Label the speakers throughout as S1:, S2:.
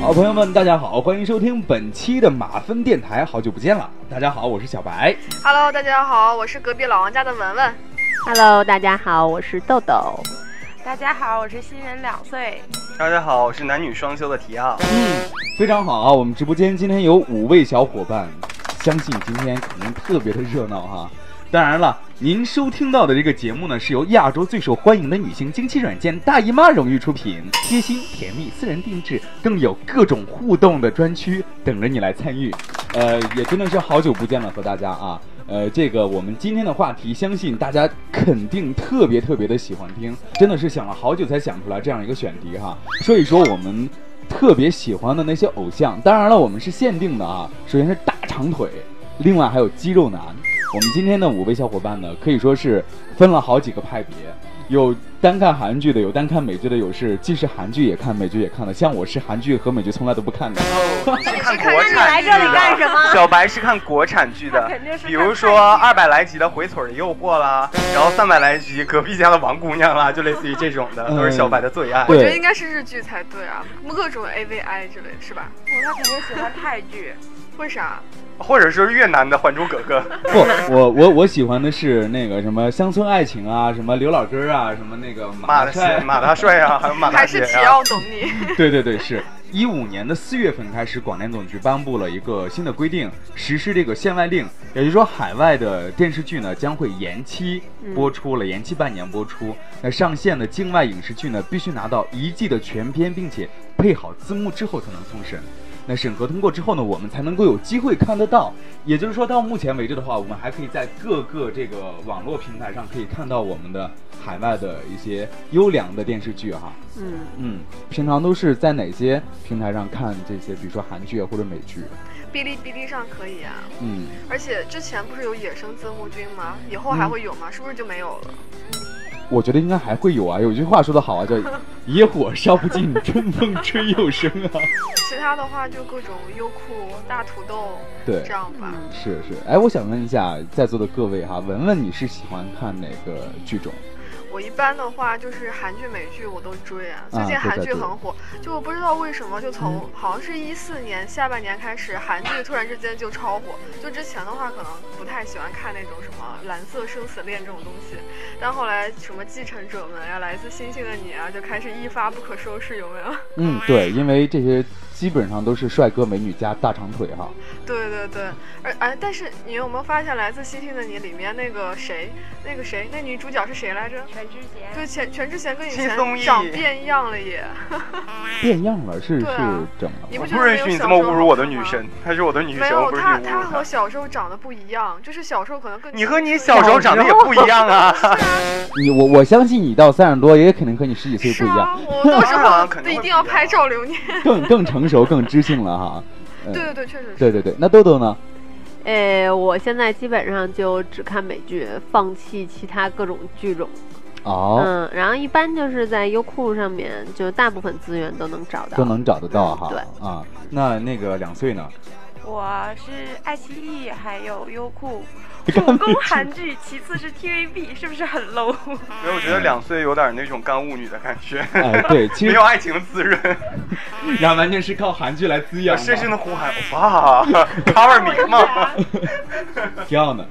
S1: 好，朋友们，大家好，欢迎收听本期的马分电台，好久不见了。大家好，我是小白。
S2: Hello，大家好，我是隔壁老王家的文文。
S3: Hello，大家好，我是豆豆。
S4: 大家好，我是新人两岁。
S5: 大家好，我是男女双修的提奥。
S1: 非常好啊，我们直播间今天有五位小伙伴，相信今天肯定特别的热闹哈。当然了，您收听到的这个节目呢，是由亚洲最受欢迎的女性经期软件大姨妈荣誉出品，贴心甜蜜、私人定制，更有各种互动的专区等着你来参与。呃，也真的是好久不见了，和大家啊，呃，这个我们今天的话题，相信大家肯定特别特别的喜欢听，真的是想了好久才想出来这样一个选题哈。说一说我们特别喜欢的那些偶像，当然了，我们是限定的啊，首先是大长腿，另外还有肌肉男。我们今天的五位小伙伴呢，可以说是分了好几个派别，有单看韩剧的，有单看美剧的，有是既是韩剧也看，美剧也看的。像我是韩剧和美剧从来都不看的。
S5: 是看国产剧的，
S4: 么？
S5: 小白是看国产剧的
S4: 他肯定是，看
S5: 比如说二百来集的《回腿儿的诱惑》啦，然后三百来集《隔壁家的王姑娘》啦，就类似于这种的，
S1: 嗯
S5: 都是小白的最爱
S2: 我。觉得
S1: 对
S2: 应该是日剧才对啊，各种 AVI 之类的是吧？
S4: 他肯定喜欢泰剧。
S2: 为啥？
S5: 或者说是越南的《还珠格格》，
S1: 不，我我我喜欢的是那个什么乡村爱情啊，什么刘老根儿啊，什么那个
S5: 马
S1: 马
S5: 大
S1: 帅
S5: 帅、。马大帅啊，还有马大
S2: 还
S5: 姐
S2: 是提
S5: 啊。
S2: 奥懂你？
S1: 对对对，是一五年的四月份开始，广电总局颁布了一个新的规定，实施这个限外令，也就是说，海外的电视剧呢将会延期播出了，延期半年播出。那上线的境外影视剧呢，必须拿到一季的全片，并且配好字幕之后才能送审。那审核通过之后呢，我们才能够有机会看得到。也就是说，到目前为止的话，我们还可以在各个这个网络平台上可以看到我们的海外的一些优良的电视剧哈。
S3: 嗯，
S1: 嗯，平常都是在哪些平台上看这些，比如说韩剧啊或者美剧？
S2: 哔哩哔哩上可以啊，
S1: 嗯，
S2: 而且之前不是有野生字幕君吗？以后还会有吗？是不是就没有了？
S1: 我觉得应该还会有啊。有句话说得好啊，叫“野火烧不尽，春风吹又生”啊。
S2: 其他的话就各种优酷、大土豆
S1: 对
S2: 这，样吧。
S1: 是是。哎，我想问一下在座的各位哈，文文你是喜欢看哪个剧种？
S2: 我一般的话就是韩剧、美剧我都追啊。最近
S1: 啊对
S2: 韩
S1: 对
S2: 剧
S1: 对
S2: 很火，就我不知道为什么，就从好像是一四年下半年开始，韩剧突然之间就超火。就之前的话可能不太喜欢看那种什么蓝色生死恋这种东西，但后来什么继承者们呀、来自星星的你啊，就开始一发不可收拾，有没有？
S1: 嗯，对，因为这些基本上都是帅哥美女加大长腿哈。
S2: 对对对，而哎，但是你有没有发现《来自星星的你》里面那个谁，那个谁，那女主角是谁来着？
S4: 全智贤
S2: 对，全全智贤跟以
S5: 金
S2: 前
S5: 松翊
S2: 长变样了也。
S1: 变样了，是、
S2: 对啊
S1: 是整了
S2: 你
S1: 吗。
S2: 不觉
S5: 不
S2: 得没
S5: 允
S2: 有
S5: 许你
S2: 小
S5: 这么
S2: 时候
S5: 侮
S2: 好
S5: 辱我的
S2: 看
S5: 女
S2: 吗
S5: 神，她是我的女
S2: 没
S5: 神，我
S2: 有
S5: 不允
S2: 他，
S5: 许你
S2: 他和
S5: 侮辱她。
S2: 小时候长得不一样，就是小时候可能更
S5: 你和你
S2: 青春
S5: 小时候长得也不一样啊！
S1: 你我我相信你到三十多，也肯定和你十几岁
S2: 是
S1: 不一样，
S2: 啊，我到时
S5: 当然
S2: 候
S5: 肯
S2: 都
S5: 定
S2: 一
S5: 会
S2: 定
S5: 不
S2: 要
S5: 一
S2: 拍
S5: 样
S2: 照留念。
S1: 更更成熟、更知性了哈。嗯
S2: 对对对，确实是。
S1: 啊对对对，那豆豆呢？
S3: 诶，呃我现在基本上就只看美剧，放弃其他各种剧种。
S1: 哦，
S3: 嗯，然后一般就是在优酷上面，就大部分资源都能找到。
S1: 都能找得到哈。
S3: 对
S1: 啊，那那个两岁 呢？
S4: 我是爱奇艺，还有优酷，主攻韩剧，其次是 TVB，是不是很 low？
S5: 没有，我觉得两岁有点那种干物女的感觉，
S1: 哎，对，其
S5: 没
S1: 实
S5: 有爱情的滋润。
S1: 那完全是靠韩剧来滋养啊的，
S5: 我 深深的呼喊：“哇，卡尔明吗？”
S1: 挺好的。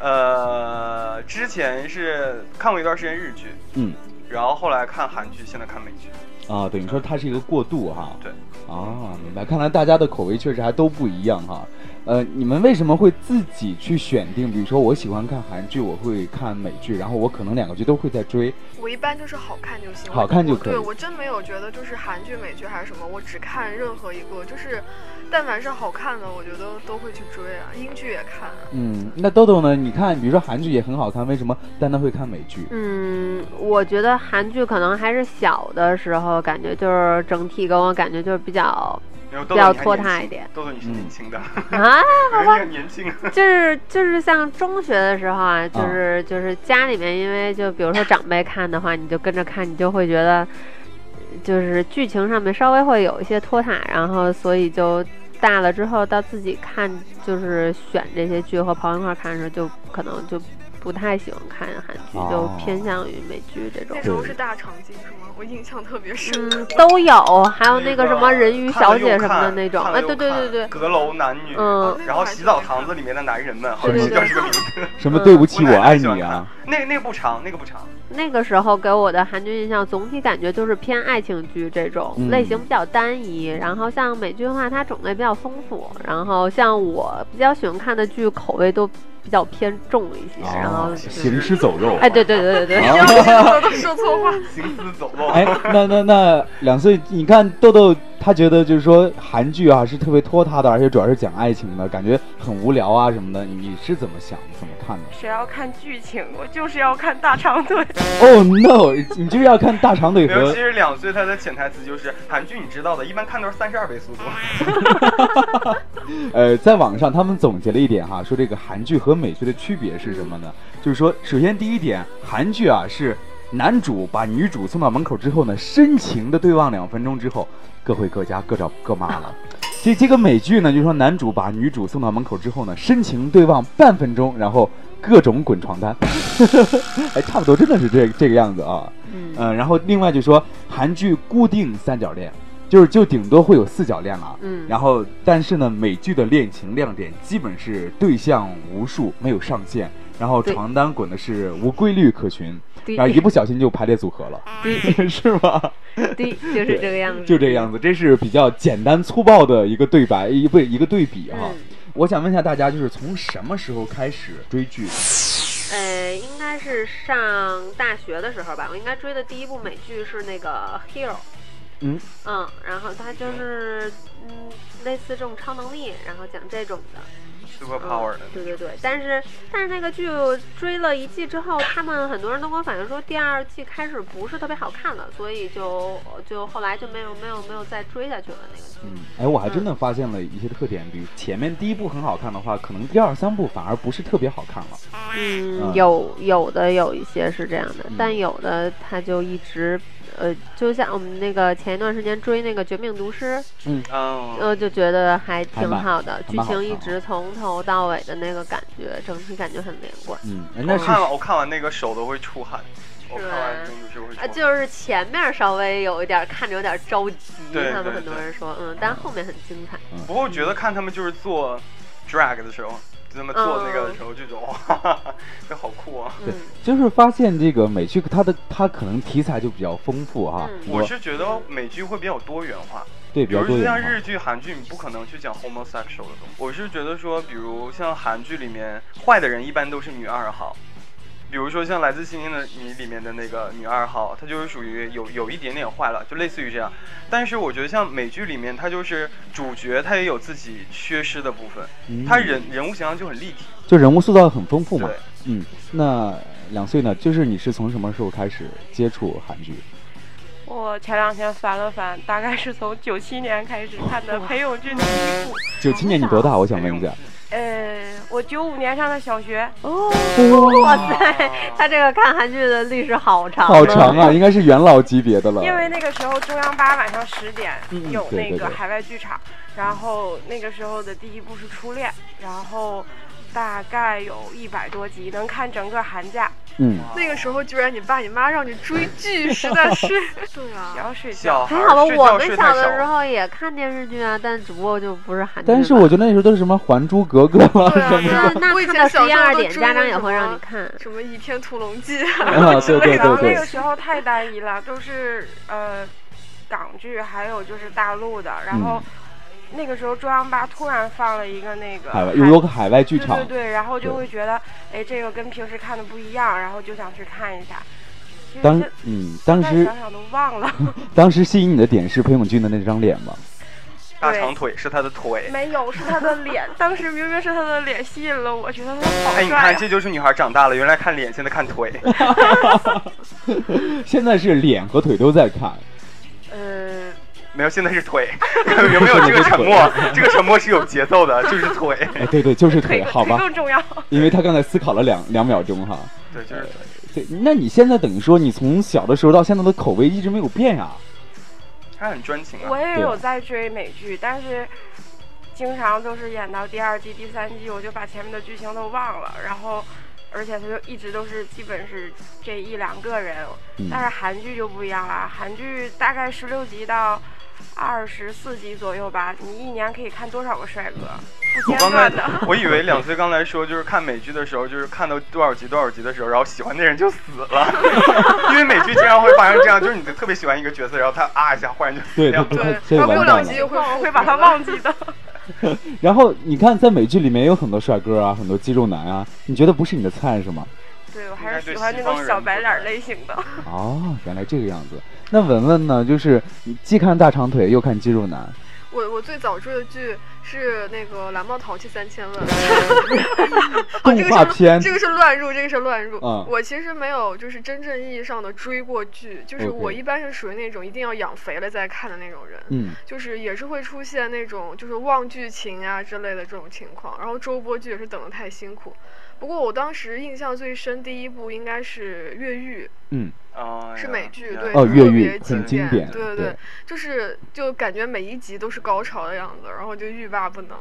S5: 呃，之前是看过一段时间日剧，
S1: 嗯，
S5: 然后后来看韩剧，现在看美剧。
S1: 啊，等于说它是一个过渡哈。
S5: 对。
S1: 啊，明白。看来大家的口味确实还都不一样哈。呃，你们为什么会自己去选定？比如说，我喜欢看韩剧，我会看美剧，然后我可能两个剧都会在追。
S2: 我一般就是好看就行，
S1: 好看就
S2: 我
S1: 可以
S2: 对我真没有觉得就是韩剧、美剧还是什么，我只看任何一个，就是但凡是好看的，我觉得都会去追啊。英剧也看啊，
S1: 嗯，那豆豆呢？你看，比如说韩剧也很好看，为什么丹丹会看美剧？
S3: 嗯，我觉得韩剧可能还是小的时候，感觉就是整体给我感觉就是比较
S5: 然后
S3: 比
S5: 豆
S3: 较
S5: 豆你还
S3: 拖沓一
S5: 年轻，
S3: 点
S5: 豆豆你是年轻的，
S3: 啊，
S5: 人家 年轻。
S3: 就是就是像中学的时候啊，就是、就是家里面，因为就比如说长辈看的话，你就跟着看，你就会觉得，就是剧情上面稍微会有一些拖沓，然后所以就大了之后到自己看，就是选这些剧和朋友一块儿看的时候，就可能就不太喜欢看韩剧，就
S1: 哦
S3: 偏向于美剧这种
S2: 那。时候是大长今是吗？我印象特别深刻
S3: 嗯，。都有，还有那个什么人鱼
S5: 看
S3: 小
S5: 了又
S3: 姐什么的
S5: 看
S3: 那种
S5: 看
S3: 啊，
S5: 了
S3: 对
S5: 又
S3: 对对
S5: 看
S3: 对，
S5: 阁楼男女，
S2: 哦
S3: 嗯，
S5: 然后洗澡堂子里面的男人们，好
S3: 对
S5: 像
S3: 对
S5: 叫
S3: 对
S5: 这个名 字。
S1: 什么
S3: 嗯
S1: 对不起，我
S5: 奶奶
S1: 爱
S5: 喜欢
S1: 你啊！
S5: 看！那那个不长，那个不长。
S3: 那个时候给我的韩剧印象，总体感觉就是偏爱情剧这种、
S1: 嗯
S3: 类型比较单一。然后像美剧的话，它种类比较丰富。然后像我比较喜欢看的剧，口味都比较偏重一些。然后
S1: 啊，
S3: 就
S1: 行尸走肉。
S3: 哦哎，对对对对对，
S1: 啊
S2: 我 都说错话，
S5: 行尸走肉。
S1: 哎，那那那两岁，你看豆豆，他觉得就是说韩剧啊是特别拖沓的，而且主要是讲爱情的，感觉很无聊啊什么的。你是怎么想、怎么看的
S4: 谁要看剧情？我就是要看大长腿。
S1: ？Oh no！你就是要看大长腿
S5: 没有，
S1: 和
S5: 其实两岁他的潜台词就是韩剧，你知道的，一般看都是三十二倍速度。
S1: 呃，在网上他们总结了一点哈，说这个韩剧和美剧的区别是什么呢？就是说，首先第一点，韩剧啊是男主把女主送到门口之后呢，深情的对望两分钟之后，各回各家，各找各妈了。这这个美剧呢，就是说男主把女主送到门口之后呢，深情对望半分钟，然后各种滚床单， 哎，差不多真的是这这个样子啊。
S3: 嗯
S1: 嗯，然后另外就说韩剧固定三角恋，就是就顶多会有四角恋了。
S3: 嗯
S1: 然后但是呢，美剧的恋情亮点基本是对象无数，没有上限，然后
S3: 对
S1: 床单滚的是无规律可循，啊
S3: 对
S1: 然后一不小心就排列组合了，
S3: 对
S1: 是吧？
S3: 对，就是这个样子，
S1: 就这个样子，这是比较简单粗暴的一个对白，一不一个对比哈。
S3: 嗯。
S1: 我想问一下大家，就是从什么时候开始追剧？
S3: 呃，应该是上大学的时候吧，我应该追的第一部美剧是那个《Hero》。
S1: 嗯
S3: 嗯，然后它就是嗯类似这种超能力，然后讲这种的。
S5: Super power 的
S3: 嗯。对对对，但是但是那个剧追了一季之后，他们很多人都跟我反映说，第二季开始不是特别好看了，所以就就后来就没有没有没有再追下去了那个剧。
S1: 嗯，哎，我还真的发现了一些特点，比如前面第一部很好看的话，可能第二三部反而不是特别好看了。
S3: 嗯
S1: 嗯，
S3: 有有的有一些是这样的，
S1: 嗯
S3: 但有的他就一直。呃，就像我们那个前一段时间追那个《绝命毒师》，
S5: 嗯，
S3: 呃，就觉得还
S1: 还
S3: 挺
S1: 蛮
S3: 好的，
S1: 还
S3: 剧
S1: 蛮好
S3: 情一
S1: 看
S3: 直从头到尾的那个感觉，整体感觉很连贯。
S1: 嗯，哎那
S5: 我
S1: 是
S5: 看完我看完那个手都会出汗，我看完
S3: 是
S5: 真的是会出
S3: 啊，
S5: 汗。
S3: 就是前面稍微有一点看着有点着急，
S5: 对
S3: 他们
S5: 对
S3: 很多
S5: 对
S3: 人说，嗯，但后面很精彩。
S5: 不过我觉得看他们就是做 drag 的时候，就他们做那个的时候，这种哇， 这好酷啊！
S1: 对
S3: 嗯，
S1: 就是发现这个美剧它的它可能题材就比较丰富哈，
S3: 嗯
S1: 比如
S5: 我
S1: 说
S5: 是觉得美剧会比较多元化，
S1: 对比
S5: 比
S1: 较
S5: 如
S1: 多
S5: 就
S1: 元
S5: 像
S1: 化。
S5: 日剧、韩剧，你不可能去讲 homosexual 的东西。我是觉得说，比如像韩剧里面坏的人一般都是女二号，比如说像《来自星星的你》里面的那个女二号，她就是属于有有一点点坏了，就类似于这样。但是我觉得像美剧里面，她就是主角，她也有自己缺失的部分，
S1: 嗯
S5: 她人人物形象就很立 体。
S1: 就人物塑造很丰富嘛
S5: 对。
S1: 嗯，那两岁呢？就是你是从什么时候开始接触韩剧？
S4: 我前两天翻了翻，大概是从九七年开始看的裴勇俊的第一部。
S1: 九七年你多大？我想问一下。
S4: 呃，我九五年上的小学，
S3: 哦，
S1: 哇
S3: 哇塞，他这个看韩剧的历史好长，
S1: 好长啊，应该是元老级别的了。
S4: 因为那个时候中央八晚上十点
S1: 嗯嗯
S4: 有
S1: 对
S4: 那
S1: 对
S4: 个
S1: 对
S4: 海外剧场，然后那个时候的第一部是《初恋》，然后大概有一百多集，能看整个寒假。
S1: 嗯，
S2: 那个时候居然你爸你妈让你追剧，实在 是对
S4: 只
S2: 啊，
S4: 要睡觉，
S5: 小孩
S3: 还
S5: 儿
S3: 好吧，
S5: 睡
S3: 我
S5: 觉
S3: 们
S5: 睡
S3: 小
S5: 太
S3: 的时
S5: 少。
S3: 候也看电视剧啊，但只不过就不是韩剧版。
S1: 但是我觉得那时候都是什么《还珠格格》了
S2: 对啊
S1: 什么
S2: 对
S1: 的
S2: 啊
S3: 那那
S2: 我以
S3: 看
S2: 前
S3: 到十
S2: 小
S3: 一
S2: 时候
S3: 二
S2: 都
S3: 点，
S2: 追
S3: 家
S2: 那
S3: 长也
S2: 什
S3: 会让
S2: 么
S3: 你看。
S2: 什么《倚天屠龙记》 啊，
S1: 啊，对对对
S4: 然后那
S1: 对
S4: 个。时候太单一了，都是呃港剧，还有就是大陆的。然后
S1: 嗯
S4: 那个时候中央八突然放了一个那个
S1: 海外
S4: 韩
S1: 又有个海外剧
S4: 对
S1: 场
S4: 对，对，然后就
S1: 对
S4: 会觉得哎这个跟平时看的不一样，然后就想去看一下。其实
S1: 当
S4: 现
S1: 嗯，当
S4: 在
S1: 时
S4: 想想都忘了，
S1: 当时吸引你的点是裴勇俊的那张脸嘛？
S5: 大长腿是他的腿。
S4: 没有是他的脸，当时明明是他的脸吸引了我，觉得他
S5: 哎，
S4: 好
S5: 你
S4: 帅、
S5: 看，
S4: 啊。
S5: 这就是女孩长大了，原来看脸，现在看腿。
S1: 现在是脸和腿都在看，
S4: 呃，
S5: 没有，现在是腿。 有没有这个沉默？这个沉默是有节奏的，就是腿。
S1: 哎，对对，就是腿，
S4: 腿
S1: 好
S4: 腿
S1: 吧？
S4: 更重要。
S1: 因为他刚才思考了两两秒钟哈。
S5: 对，就是腿。
S1: 对，那你现在等于说你从小的时候到现在的口味一直没有变啊？
S5: 他很专情
S4: 我
S5: 啊。
S4: 也有在追美剧，但是经常都是演到第二季、第三季，我就把前面的剧情都忘了，然后。而且他就一直都是基本是这一两个人，
S1: 嗯
S4: 但是韩剧就不一样了，韩剧大概十六集到二十四集左右吧，你一年可以看多少个帅哥，不
S5: 我
S4: 间
S5: 刚才
S4: 断的。
S5: 我以为两岁刚才说就是看美剧的时候，就是看到多少集多少集的时候，然后喜欢的人就死了， 因为美剧经常会发生这样，就是你特别喜欢一个角色，然后他啊一下忽然就死
S1: 对，他
S5: 掉
S1: 不
S5: 了。
S1: 太
S2: 对
S1: 这
S2: 他
S1: 完
S2: 过
S1: 蛋
S2: 两
S1: 了
S2: 集。就会
S4: 我会把他忘记 的。
S1: 然后你看，在美剧里面也有很多帅哥啊，很多肌肉男啊，你觉得不是你的菜是吗？
S4: 对，我还是喜欢那种小白脸类型的。
S1: 哦，原来这个样子。那文文呢？就是你既看大长腿，又看肌肉男。，
S2: 我我最早追的剧是那个《蓝猫淘气三千问》哦，
S1: 呃
S2: 这
S1: 动画
S2: 个
S1: 片
S2: 是这个是乱入，这个是乱入。
S1: 嗯
S2: 我其实没有就是真正意义上的追过剧，就是我
S1: OK
S2: 一般是属于那种一定要养肥了再看的那种人。
S1: 嗯，
S2: 就是也是会出现那种就是忘剧情啊之类的这种情况，然后周播剧也是等得太辛苦。不过我当时印象最深，第一部应该是《越狱
S1: 嗯，
S5: 啊，》，
S2: 是美剧，对，
S1: 哦，
S2: 特
S1: 越
S2: 别
S1: 狱
S2: 经
S1: 很经典，
S2: 对对对，就是就感觉每一集都是高潮的样子，然后就欲罢不能。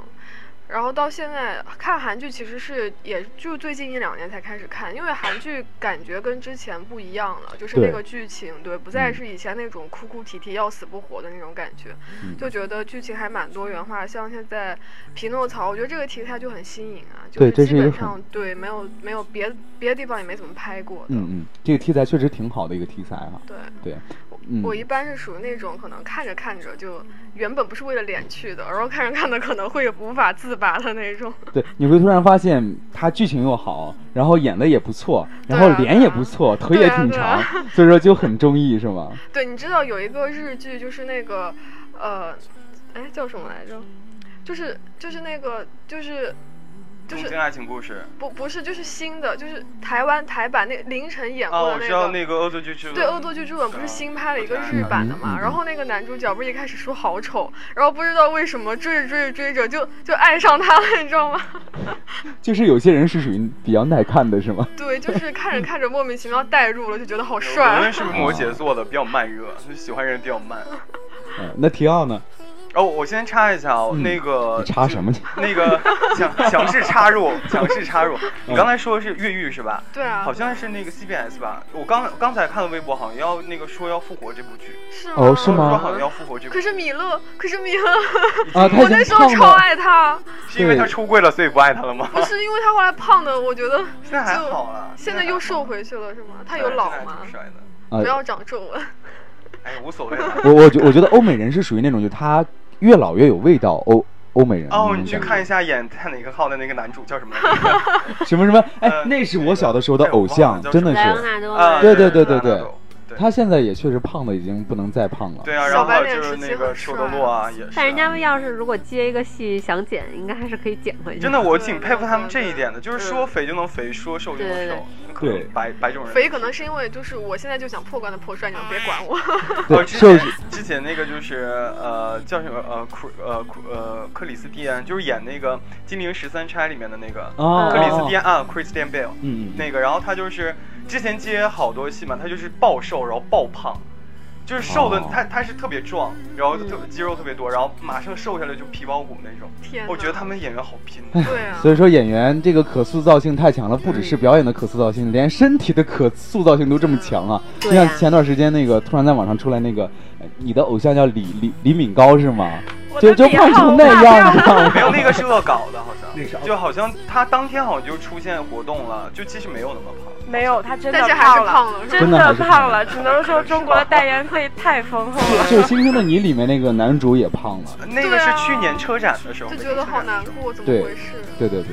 S2: 然后到现在看韩剧，其实是也就最近一两年才开始看，因为韩剧感觉跟之前不一样了，就是
S1: 对
S2: 那个剧情，对，不再
S1: 嗯
S2: 是以前那种哭哭啼啼要死不活的那种感觉，
S1: 嗯
S2: 就觉得剧情还蛮多元化。像现在《匹诺曹》，我觉得这个题材就很新颖啊，就
S1: 对这
S2: 基
S1: 是一个
S2: 本
S1: 很
S2: 上对没有没有别别的地方也没怎么拍过的。
S1: 嗯嗯，这个题材确实挺好的一个题材哈、
S2: 对，
S1: 对，
S2: 我
S1: 嗯
S2: 一般是属于那种可能看着看着就原本不是为了脸去的，然后看着看着可能会无法自拔的那种。
S1: 对，你会突然发现他剧情又好，然后演的也不错，然
S2: 对
S1: 后
S2: 啊
S1: 脸也不错，腿也
S2: 对啊
S1: 挺
S2: 对
S1: 长，
S2: 啊
S1: 所以说就很中意是吗？
S2: 对，你知道有一个日剧就是那个，呃，哎叫什么来着？就是就是那个就是就
S5: 东
S2: 是
S5: 京爱情故事。
S2: 不不是就是新的，就是台湾台版那凌晨演
S5: 啊，
S2: 过
S5: 我
S2: 的那
S5: 知
S2: 个。
S5: 道那个《恶作剧之吻》。
S2: 对，《恶作剧之吻》不是新拍了一个日版的
S1: 嗯嗯
S2: 嘛
S1: 嗯？
S2: 然后那个男主角不是一开始说好丑，然后不知道为什么追着追着追着就就爱上他了，你知道吗？
S1: 就是有些人是属于比较耐看的是 吗？
S2: 对， 就是看着看着莫名其妙带入了，就觉得好
S5: 我们
S2: 帅。啊
S5: 是不是摩羯座的，比较慢热，就喜欢人比较慢。
S1: 嗯，那提奥呢？
S5: 哦，我先插一下哦，
S1: 嗯
S5: 那个
S1: 你插什么？
S5: 那个强强势插入，强势插
S1: 嗯
S5: 入。你刚才说是越狱是吧？
S2: 对啊，
S5: 好像是那个 CBS 吧？我刚刚才看了微博，好像要那个说要复活这部剧，
S2: 是吗？
S1: 哦是
S5: 说
S1: 吗
S5: 好像要复活这部
S2: 可
S5: 剧，
S2: 是米勒，可是米勒，
S1: 啊，他
S2: 我
S1: 已经
S2: 那时候
S1: 胖
S2: 超
S1: 了，
S2: 爱 他，
S5: 是因为他出柜了，所以不爱他了吗？
S2: 不是因为他后来胖的，我觉得
S5: 现在还好了，
S2: 现在又瘦
S5: 还好，
S2: 回去了，是吗？他
S5: 他
S2: 有老吗？
S5: 帅的，
S1: 啊
S2: 不要长皱纹。
S5: 哎，无所谓了。
S1: 我我觉我觉得欧美人是属于那种，就他越老越有味道，欧欧美人那种
S5: 哦，
S1: 感觉。
S5: 你去看一下演《泰哪个号》的那个男主叫 什么来着？
S1: 什么什么？哎
S5: 呃，
S1: 那是我小的时候的
S5: 哎我忘
S1: 偶
S5: 了
S1: 像，
S5: 叫
S1: 真的
S5: 什
S3: 莱昂
S1: 是。
S3: 纳多
S5: 啊，
S1: 对对对
S5: 对
S1: 对对
S5: 对
S1: 他现在也确实胖的已经不能再胖了。
S5: 对啊，然
S2: 小
S5: 后还
S2: 白
S5: 有
S2: 脸
S5: 就是
S2: 时期
S5: 那个
S2: 很
S5: 裘德
S2: 帅
S5: 洛啊，也是
S3: 但人
S5: 啊。
S3: 家要是如果接一个戏想减，应该还是可以减回去。
S5: 真的，我
S2: 对
S5: 挺
S2: 对
S5: 佩服他
S2: 对
S5: 们这一
S2: 嗯对
S5: 点的，就是说肥就能肥，说瘦就能
S3: 对对
S5: 瘦，可能
S1: 对
S5: 白白种人
S2: 肥可能是因为就是我现在就想破罐子破摔，你们别管我。
S5: 哦，
S1: 对，
S5: 之
S1: 瘦
S5: 前之前那个就是呃叫什么呃库呃库呃克里斯蒂安，就是演那个《金陵十三钗》里面的那个
S1: 啊，
S5: 克里斯
S1: 啊
S5: 蒂安
S2: 哦
S5: 啊，Christian Bale
S1: 嗯嗯，
S5: 那个，然后他就是之前接好多戏嘛，他就是暴瘦，然后暴胖。就是瘦的
S1: 哦，
S5: 他他是特别壮，然后特别肌肉特别多，然后马上瘦下来就皮包骨那种。
S2: 嗯天哪，
S5: 我觉得他们演员好拼啊，
S2: 对啊
S1: 所，以说演员这个可塑造性太强了，不只是表演的可塑造性，连身体的可塑造性都这么强啊！就
S3: 对
S1: 像
S3: 啊
S1: 前段时间那个突然在网上出来那个，呃你的偶像叫李李李敏镐是吗？
S4: 我
S1: 就
S4: 的
S1: 就
S4: 脸
S1: 胖
S4: 好
S1: 成那样，你知道吗
S5: 没有那个是恶搞的，好
S1: 那是
S5: 像
S1: 恶
S5: 就好像他当天好像就出现活动了，就其实没有那么胖。
S4: 没有，他真的
S2: 但是还是
S4: 胖了，
S2: 胖了，是吧
S1: 真
S4: 真
S1: 的还
S4: 的
S1: 是胖
S4: 胖
S1: 了
S4: 了，只能说中国的代言费太丰厚了。
S1: 就是《新生的你》里面那个男主也胖了。
S5: 那个
S2: 对
S5: 是
S2: 啊
S5: 去年车展的时候，
S2: 就觉得好难过，怎么
S1: 对
S2: 回事？
S1: 对对对，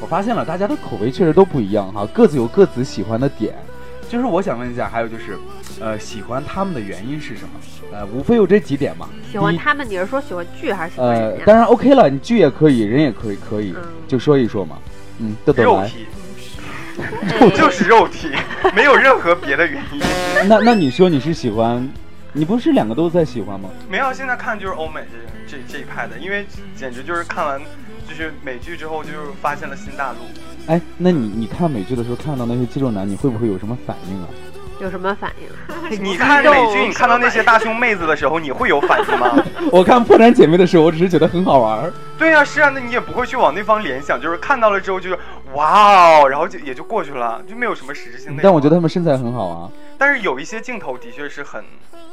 S1: 我发现了，大家的口味确实都不一样哈，各自有各自喜欢的点。就是我想问一下，还有就是，呃，喜欢他们的原因是什么？呃，无非有这几点嘛。
S3: 喜欢
S1: 第一
S3: 他们，你是说喜欢剧还是喜欢
S1: 呃
S3: 人，家？
S1: 当然 OK 了，你剧也可以，人也可以，可以，
S3: 嗯
S1: 就说一说嘛。嗯，豆豆
S5: 肉
S1: 来，
S5: 体
S3: 哎
S5: 就是肉体， 没有任何别的原因。
S1: 那那你说你是喜欢，你不是两个都在喜欢吗？
S5: 没有，现在看就是欧美这这这一派的，因为简直就是看完就是美剧之后，就是发现了新大陆。
S1: 哎，那你你看美剧的时候看到那些肌肉男，你会不会有什么反应啊？
S3: 有什么反应？
S5: 你看美剧，你看到那些大胸妹子的时候，你会有反应吗？
S1: 我看《破产姐妹》的时候，我只是觉得很好玩儿。
S5: 对呀、是啊，那你也不会去往那方联想，就是看到了之后就是哇哦，然后就也就过去了，就没有什么实质性内容。
S1: 但我觉得，他们身材很好啊
S5: 但是有一些镜头的确是很，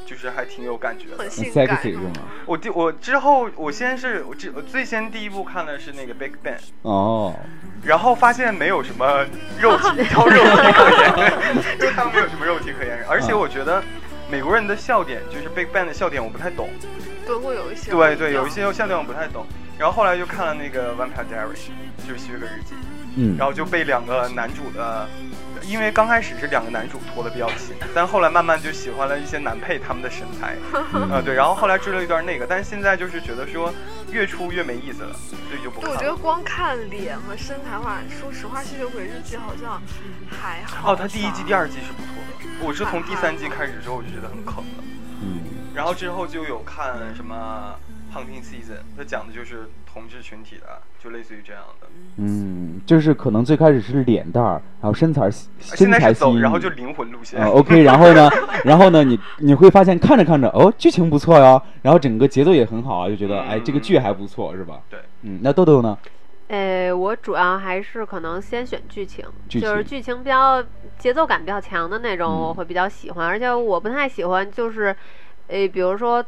S5: 就是还挺有感觉的
S2: 很。性感。啊
S1: ，sexy 是吗？
S5: 我第我之后，我先是我之我最先第一部看的是那个 Big Bang，
S1: 哦，
S5: 然后发现没有什么肉体，挑肉体可言， 就他们没有什么肉体可言。而且我觉得美国人的笑点，就是 Big Bang 的笑点，我不太懂。
S2: 都会有一些
S5: 对对，有一些笑点我不太懂。然后后来就看了那个《Vampire Diary》，就是《吸血鬼日记》，
S1: 嗯
S5: 然，后就被两个男主的，因为刚开始是两个男主拖得比较紧，但后来慢慢就喜欢了一些男配他们的身 材，
S1: 嗯
S5: 呃对，然后后来追了一段那个，但是现在就是觉得说越出越没意思了，所以就不
S2: 对，我
S5: 看
S2: 觉得
S5: 了。
S2: 光看脸和身材的话，说实话，《吸血鬼日记》好像还好。
S5: 哦，他第一季、第二季是不错的，我是从第三季开始之后我就觉得很坑了，
S1: 嗯，
S5: 然后之后就有看什么《Hunting Season》，它讲的就是同志群体的，就类似于这样的。
S1: 嗯，就是可能最开始是脸蛋儿，还有身材儿吸，
S5: 现
S1: 身
S5: 在
S1: 材
S5: 是
S1: 吸引
S5: 走，
S1: 你，
S5: 然后就灵魂路线。
S1: 呃，OK，然后 呢，然后呢，你你会发现看着看着，哦，剧情不错呀，然后整个节奏也很好啊，就觉得哎，这个剧还不错是吧？
S5: 嗯对，
S1: 嗯，那豆豆呢？
S3: 呃，我主要还是可能先选剧情，
S1: 剧
S3: 就是
S1: 情
S3: 剧情比较节奏感比较强的那种，
S1: 嗯
S3: 我会比较喜欢。而且我不太喜欢就是，呃，比如说，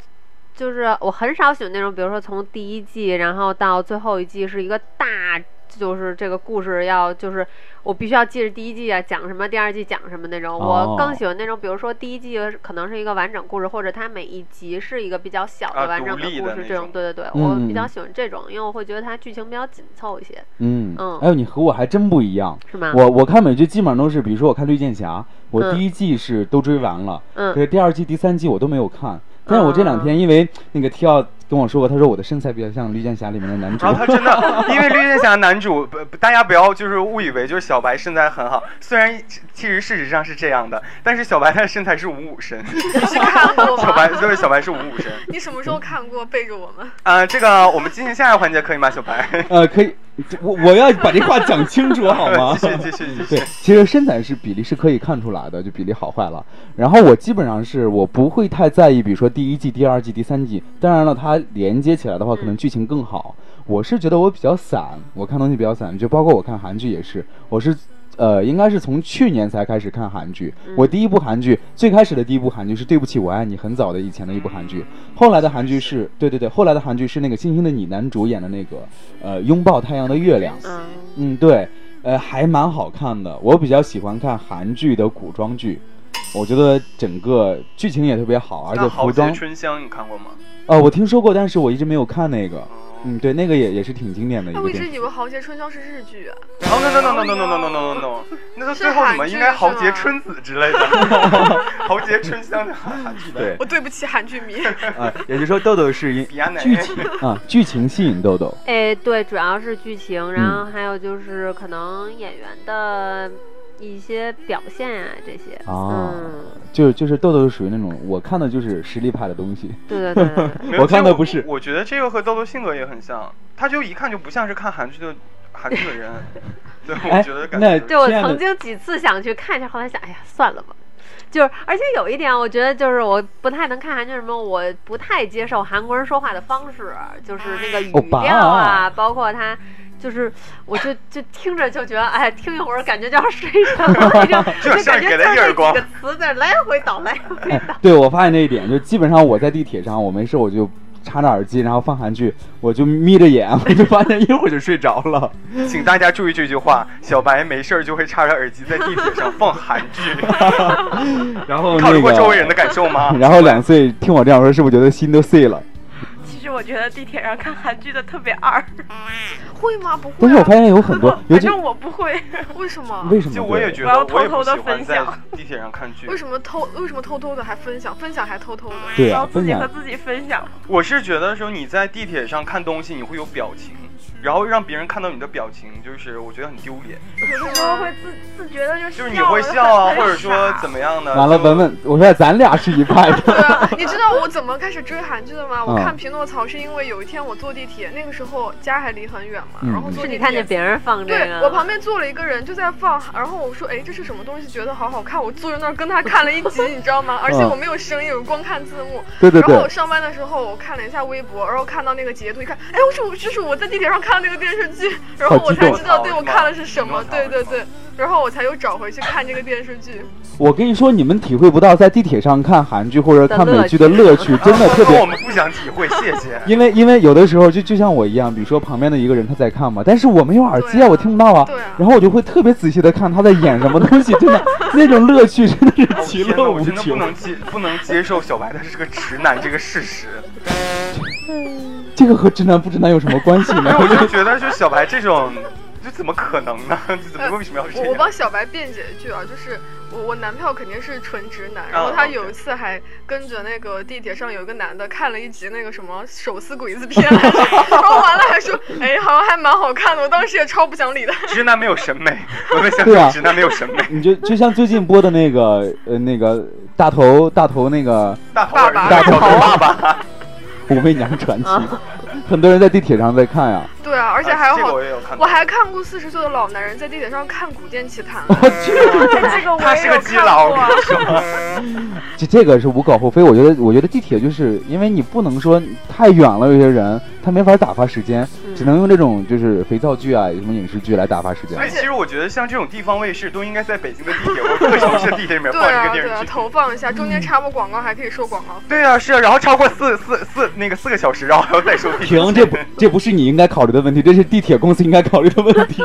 S3: 就是我很少喜欢那种，比如说从第一季然后到最后一季是一个大，就是这个故事要就是我必须要记着第一季啊讲什么，第二季讲什么那种。
S1: 哦
S3: 我更喜欢那种，比如说第一季可能是一个完整故事，或者它每一集是一个比较小
S5: 啊
S3: 的完
S5: 独
S3: 整的
S5: 立
S3: 故
S5: 的
S3: 事
S5: 那，
S3: 这种
S5: 种。
S3: 对对对，
S1: 嗯
S3: 我
S1: 嗯嗯
S3: 比较喜欢这种，因为我会觉得它剧情比较紧凑一些，
S1: 嗯，
S3: 嗯
S1: 还有你和我还真不一样，
S3: 是吗？
S1: 我我看美剧基本上都是，比如说我看《绿箭侠》，我
S3: 嗯
S1: 第一季是都追完了，可
S3: 嗯啊
S1: 是第二季、第三季我都没有看。但是我这两天因为那个 T 奥跟我说过，他说我的身材比较像《绿箭侠》里面的男主
S5: 然后，啊他真的，因为绿箭侠男主，不不大家不要就是误以为就是小白身材很好，虽然其实事实上是这样的，但是小白他的身材是五五身，
S2: 你是看过
S5: 小
S2: 吗？
S5: 白对小白是五五身。
S2: 你什么时候看过？背着我
S1: 嗯
S2: 们，
S5: 啊、这个我们进行下一个环节可以吗？小白，？
S1: 呃，可以，我我要把这话讲清楚好吗
S5: 继续继续继
S1: 对
S5: 续。，
S1: 其实身材是比例是可以看出来的，就比例好坏了。然后我基本上是我不会太在意，比如说第一季、第二季、第三季。当然了，它连接起来的话，可能剧情更好。我是觉得我比较散，我看东西比较散，就包括我看韩剧也是，我是。呃，应该是从去年才开始看韩剧。我第一部韩剧，最开始的第一部韩剧是《对不起，我爱你》，很早的以前的一部韩剧。后来的韩剧是，对对对，后来的韩剧是那个《星星的你》，男主演的那个，呃，拥抱太阳的月亮。
S3: 嗯，
S1: 嗯，对，呃，还蛮好看的。我比较喜欢看韩剧的古装剧，我觉得整个剧情也特别好，而且
S5: 那豪
S1: 服
S5: 杰
S1: 装，
S5: 春香你看过吗？
S1: 呃，我听说过，但是我一直没有看那个。
S5: 嗯。
S1: 嗯，对，那个也也是挺经典的一
S2: 哎，
S1: 个
S2: 我一
S1: 电
S2: 直
S1: 视
S2: 以为《豪杰春香》是日剧啊。
S5: 然后 no no no no no no no no no no，那到最后怎么应该豪杰春子之类的？豪杰春香的韩剧
S1: 对
S5: 的，
S2: 我对不起韩剧迷，
S1: 啊，也就是说豆豆是因
S5: 比亚奶
S1: 剧情啊剧情吸引豆豆，
S3: 哎，对，主要是剧情，然
S1: 嗯
S3: 后还有就是可能演员的一些表现啊这些。
S1: 啊
S3: 嗯，
S1: 就是就是豆豆是属于那种我看的就是实力派的东西，
S3: 对对对对对
S5: 没有
S1: 我看
S5: 这
S1: 的
S5: 个
S1: 不是
S5: 我觉得这个和豆豆性格也很像，他就一看就不像是看韩剧的韩剧的人。对，我
S1: 哎
S5: 觉得感
S1: 那
S5: 觉
S3: 对，我
S1: 亲爱的
S3: 曾经几次想去看一下，后来想，哎呀，算了吧。就是，而且有一点，我觉得就是我不太能看韩剧，什么我不太接受韩国人说话的方式，就是那个语
S1: 欧巴
S3: 调啊，包括他，就是我就就听着就觉得，哎，听一会儿感觉就要睡着了，就
S5: 就
S3: 就
S5: 像
S3: 感觉
S5: 给
S3: 就
S5: 他一耳
S3: 是这
S5: 光
S3: 几个词在来回倒，来回
S1: 哎
S3: 倒。，
S1: 对我发现这一点，就基本上我在地铁上，我没事我就插着耳机，然后放韩剧，我就眯着眼，我就发现一会儿就睡着了。
S5: 请大家注意这句话：小白没事儿就会插着耳机在地铁上放韩 剧，
S1: 然后
S5: 考虑
S1: 那
S5: 过
S1: 个，
S5: 周围人的感受吗？
S1: 然后两岁听我这样说，是不是觉得心都碎了？
S4: 其实我觉得地铁上看韩剧的特别二，
S2: 会吗？不
S1: 但
S2: 会
S1: 是我发
S2: 啊，
S1: 现有很多，尤
S4: 反
S1: 其
S4: 正我不会。
S2: 为什么？
S1: 为什么？
S5: 就我也
S1: 对
S5: 觉
S4: 我
S5: 得
S4: 要
S5: 我也
S4: 偷
S5: 不
S4: 偷
S5: 喜
S4: 地
S5: 欢
S4: 分
S5: 在
S4: 享
S5: 地铁上看剧
S2: 为。什么偷？为什么偷偷的还分享？分享还偷偷的？
S1: 对
S4: 然
S1: 啊，
S4: 后自
S1: 分
S4: 己和
S1: 享
S4: 自己分享，
S5: 我是觉得说你在地铁上看东西，你会有表情，然后让别人看到你的表情，就是我觉得很丢脸，
S4: 有的时候会自自觉的就
S5: 就是你会笑啊，或者说怎
S4: 么
S5: 么样的。
S1: 完了，
S5: 就
S1: 文文，我说咱俩是一派的。
S2: 对啊，你知道我怎么开始追韩剧的吗？我
S1: 嗯
S2: 看《匹诺曹》是因为有一天我坐地铁，那个时候家还离很远嘛，
S1: 嗯
S2: 然后坐
S3: 是
S2: 地
S3: 你看
S2: 铁
S3: 见。别人放这
S2: 对
S1: 啊
S3: 个，
S2: 我旁边坐了一个人，就在放，然后我说，哎，这是什么东西？觉得好好看，我坐在那儿跟他看了一 集，你知道吗？而且我没有声音，我光看字幕。
S1: 对嗯对
S2: 然后我
S1: 对，
S2: 上班的时候，我看了一下微博，然后看到那个截图，一看，哎，我说这是我在地铁上看的那个电视剧，然后我才知道，对我看的是什么，对对对，然后我才又找回去看这个电视剧。
S1: 我跟你说，你们体会不到在地铁上看韩剧或者看美剧的 乐趣，真的特
S5: 说
S1: 别。
S5: 我们不想体会，谢谢。
S1: 因为因为有的时候就就像我一样，比如说旁边的一个人他在看嘛，但是我没有耳机
S2: 对啊
S1: 我听不到啊。
S2: 对啊
S1: 然后我就会特别仔细的看他在演什么东西，真 的那种乐趣真的是
S5: 哦
S1: 其
S5: 天哪
S1: 乐
S5: 我
S1: 无
S5: 真的不
S1: 穷。
S5: 能接不能接受小白他是个直男这个事 实，
S1: 这个和直男不直男有什么关系
S5: 因为
S1: 呢？
S5: 我就觉得就小白这种，就怎么可能呢？ 就怎么为什么要这
S2: 我我
S5: 样？
S2: 帮小白辩解一句啊，就是我我男票肯定是纯直男，然
S5: 啊
S2: 后他有
S5: OK
S2: 一次还跟着那个地铁上有一个男的看了一集那个什么手撕鬼子片来着，然后完了还说，哎，好像还蛮好看的，我 当时也超不想理他。
S5: 直男没有审美，我们想
S1: 对啊
S5: 说直男没有审美，
S1: 你就就像最近播的那个呃那个大头大头那个
S5: 大头儿子
S2: 爸爸
S5: 大头儿子爸爸，
S1: 《武媚娘传奇》， 很多人在地铁上在看呀、
S2: 对啊，而
S5: 而
S2: 且还有
S5: 这个
S2: 好
S5: 我，也有看
S2: 我
S5: 到，
S2: 还看过四十岁的老男人在地铁上看古剑奇谭。
S1: 我去，
S4: 这个我
S5: 他
S4: 也
S5: 是
S4: 有
S5: 个基
S4: 看
S5: 佬，我
S4: 过，啊
S5: 跟你说。
S1: 这这个是无可厚非。我觉得，我觉得地铁就是因为你不能说太远了，有些人他没法打发时间，
S3: 嗯
S1: 只能用这种就是肥皂剧啊、什么影视剧来打发时间
S5: 所。以其实我觉得像这种地方卫视都应该在北京的地铁或者各城市的地铁里面
S2: 对
S5: 放一
S2: 啊，
S5: 个电
S2: 对
S5: 视
S2: 啊，
S5: 剧。
S2: 投放一下，中间插播广告还可以收广告费。
S5: 对啊，是啊，然后超过四四四那个四个小时，然后还要再收地铁
S1: 停，这不这不是你应该考虑的问题，这是地铁公司应该考虑的问题。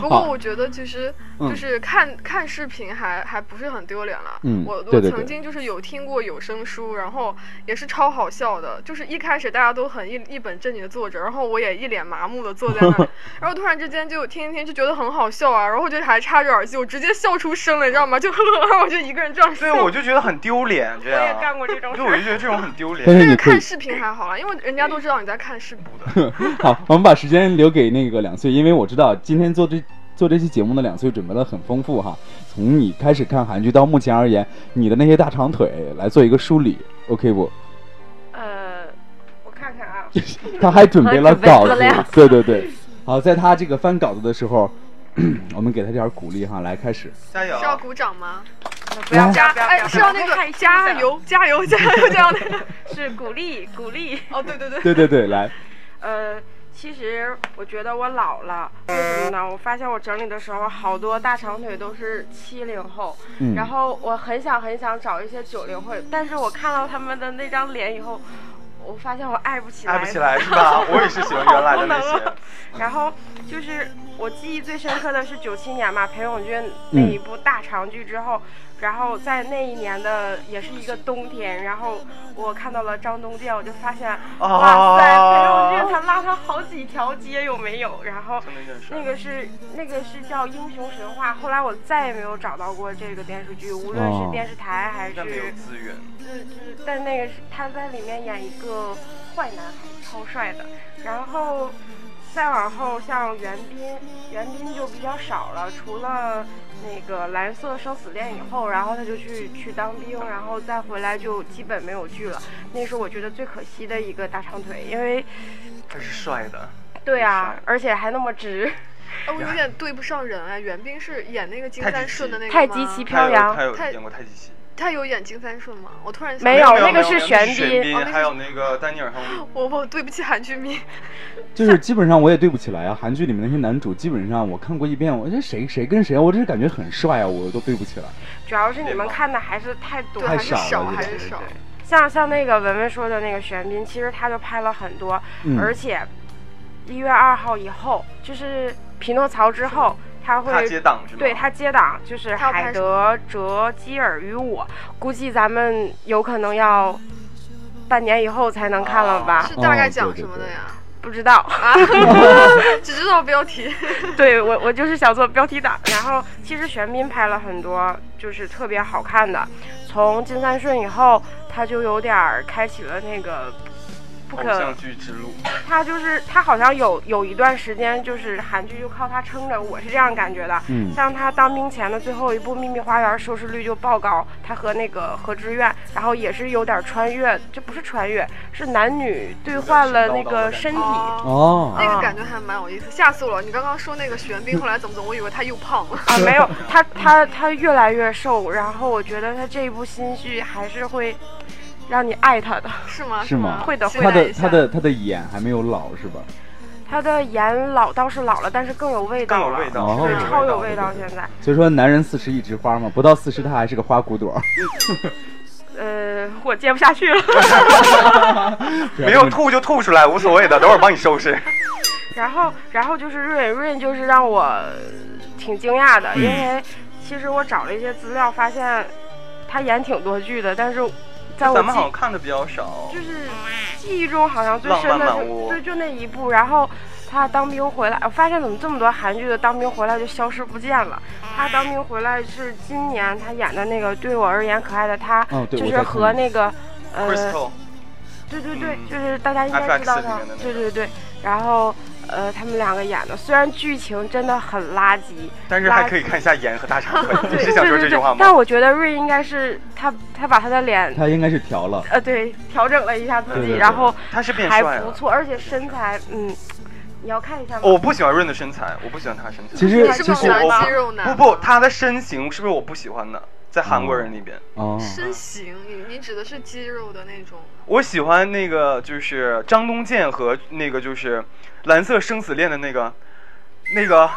S2: 不
S1: 好
S2: 过我觉得其实
S1: 啊嗯
S2: 就是看、看视频还还不是很丢脸了。
S1: 嗯
S2: 我
S1: 对对对
S2: 我曾经就是有听过有声书，然后也是超好笑的。就是一开始大家都很一一本正经的坐着，然后我也一脸麻木的坐在 那里，然后突然之间就听一听就觉得很好笑啊，然后就还插着耳机，我直接笑出声了，你知道吗？就 我就一个人这样
S5: 对，
S2: 笑。
S5: 我就觉得很丢脸，这
S4: 我也
S5: 样。
S4: 干过这种事
S5: 对，
S4: 儿
S5: 我。就觉得这种很丢
S1: 但是
S5: 脸。
S2: 但
S1: 你
S2: 是
S1: 可以
S2: 看视频还好啦，啊因为人家都知道你在看视频的。
S1: 好，我们把时间留给那个两岁，因为我知道今天做这做这期节目的两岁准备的很丰富哈。从你开始看韩剧到目前而言，你的那些大长腿来做一个梳理，OK 不？
S4: 呃，我看看啊，
S1: 他还准备了稿子
S3: 还准备资料，
S1: 对对对。好，在他这个翻稿子的时候， 我们给他点儿鼓励哈，来开始。
S5: 加油
S2: 是！要鼓掌吗？
S4: 不要
S1: 来
S4: 加，不要
S2: 哎，
S4: 加，
S2: 是要那
S4: 太
S2: 个
S4: 兴奋
S2: 加
S4: 了，
S2: 油加油加油这样的。
S4: 是鼓励鼓励。
S2: 哦，对对对。
S1: 对对对，来，
S4: 呃，其实我觉得我老了，为什么呢？我发现我整理的时候，好多大长腿都是七零后，
S1: 嗯，
S4: 然后我很想很想找一些九零后，但是我看到他们的那张脸以后，我发现我爱不起来，
S5: 爱不起来是吧？ 我也是喜欢原来的那
S4: 好不能
S5: 些
S4: 啊。然后就是我记忆最深刻的是九七年嘛，裴勇俊那一部大长剧之后，然后在那一年的也是一个冬天，然后我看到了张东健，我就发现，
S5: 哦
S4: 哇塞，裴勇俊他拉他好几条街有没有？然后
S5: 真的认识
S4: 那个是那个是叫《英雄神话》，后来我再也没有找到过这个电视剧，无论
S1: 哦
S4: 是电视台还是
S5: 但没有资源，
S4: 但那个是他在里面演一个坏男孩，超帅的。然后再往后，像袁彬，袁彬就比较少了，除了那个《蓝色生死恋》以后，然后他就去去当兵，然后再回来就基本没有剧了。那是我觉得最可惜的一个大长腿，因为
S5: 他是帅的。
S4: 对啊
S5: 帅，
S4: 而且还那么直，
S2: 哎，我有点对不上人哎，袁彬是演那个金
S5: 太极
S2: 三
S5: 旗
S2: 顺的那个
S4: 太
S2: 吗
S4: 极旗
S5: 他
S4: 飘
S5: 有他
S4: 扬。
S5: 有
S2: 太
S5: 演过太极旗。
S2: 他有演金三顺吗？我突然想
S4: 没
S2: 到
S4: 有
S5: 没有，
S4: 那个
S5: 没有
S4: 是
S5: 没有
S4: 玄
S5: 玄
S4: 彬
S2: 哦那个
S5: 还有那个丹尼尔亨利。
S2: 我我对不起韩剧迷，
S1: 就是基本上我也对不起来啊，韩剧里面那些男主，基本上我看过一遍，我这谁谁跟谁，我真是感觉很帅啊，我都对不起来。
S4: 主要是你们看的还是太多
S2: 对，
S4: 了
S1: 太
S2: 还是
S1: 少
S2: 少
S1: 了
S2: 还
S1: 这个
S2: 是少。
S4: 像像那个文文说的那个玄彬，其实他就拍了很多，
S1: 嗯
S4: 而且一月二号以后，就是匹诺曹之后，
S5: 他
S4: 他会
S5: 接档是吗？
S4: 对他接档，就是
S2: 他要拍
S4: 海德、哲、基尔与我，估计咱们有可能要半年以后才能看了吧？
S2: 是
S1: 哦
S2: 大概
S1: 对
S2: 讲
S1: 对
S2: 什么的
S1: 对
S2: 呀？
S4: 不知道，
S2: 啊， 只知道标题。
S4: 对我我就是想做标题党。然后其实玄彬拍了很多就是特别好看的，从金三顺以后，他就有点儿开启了那个。不
S5: 偶
S4: 可
S5: 像，剧之路，
S4: 他就是他好像有有一段时间就是韩剧就靠他撑着，我是这样感觉的。
S1: 嗯
S4: 像他当兵前的最后一部《秘密花园》收视率就爆高，他和那个何志远，然后也是有点穿越，这不是穿越，是男女兑换了那个身体。
S5: 啊
S2: 哦，
S1: 哦，
S2: 那个感觉还蛮有意思，吓死我了！你刚刚说那个玄彬，后来怎么怎么，我以为他又胖了。
S4: 啊，没有，他他他越来越瘦，然后我觉得他这一部新剧还是会让你爱他的。
S2: 啊是吗？
S1: 是吗
S2: 吗？
S4: 会的
S2: 期
S4: 会
S1: 他
S2: 待
S1: 的
S2: 一下
S1: 他的他的眼还没有老是吧？
S4: 他的盐老倒是老了，但是更有味
S5: 更
S4: 道
S5: 有
S4: 了，
S5: 味道，
S1: 哦
S5: 更
S4: 对，超有味
S5: 味
S4: 道。
S5: 对
S4: 现在，
S1: 所以说男人四十一枝花嘛，不到四十他还是个花骨朵儿。
S4: 呃，我接不下去了。
S5: 对没有吐就吐出来，无所谓的，等会儿帮你收 拾。
S4: 然后，然后就是润润，就是让我挺惊讶的，因为其实我找了一些资料，发现他演挺多剧的，但是在我
S5: 咱们好像
S4: 记
S5: 看的比较少
S4: 就，是记忆中好像最深
S5: 浪漫
S4: 的
S5: 满屋
S4: 是对就那一部，然后。他当兵回来，我发现怎么这么多韩剧的当兵回来就消失不见了。他当兵回来是今年他演的那个《对我而言可爱的他》，
S1: 哦对
S4: 就
S1: 我
S4: 是
S1: 在看
S4: 和那个呃
S5: Crystal
S4: 对对对，
S5: 嗯
S4: 就是大家应该
S5: FX
S4: 知道
S5: 里
S4: 他
S5: 面的那，个
S4: 对对对。然后，呃，他们两个演的，虽然剧情真的很垃圾，
S5: 但是还可以看一下盐和大肠粉。你是想说 这
S4: 对对
S5: 句话
S4: 对，
S5: 吗
S4: 但？我觉得瑞应该是他，他把他的脸，
S1: 他应该是调了。
S4: 呃，对，调整了一下自
S1: 对
S4: 己，
S1: 对对
S4: 然后
S5: 他是变
S4: 还
S5: 帅
S4: 不
S5: 了。哦
S4: 错，而且身材，嗯，你要看一下吗？
S5: 我不喜欢润的身材，我不喜欢他的身材。
S1: 其实
S2: 你是
S1: 其
S2: 不是
S1: 实
S5: 我
S2: 喜
S5: 我
S2: 欢肌肉男？啊
S5: 不不，他的身形是不是我不喜欢的？在韩国人里边，
S1: 哦，
S2: 身形，你你指的是肌肉的那种。
S5: 我喜欢那个就是张东健和那个就是《蓝色生死恋》的那个那个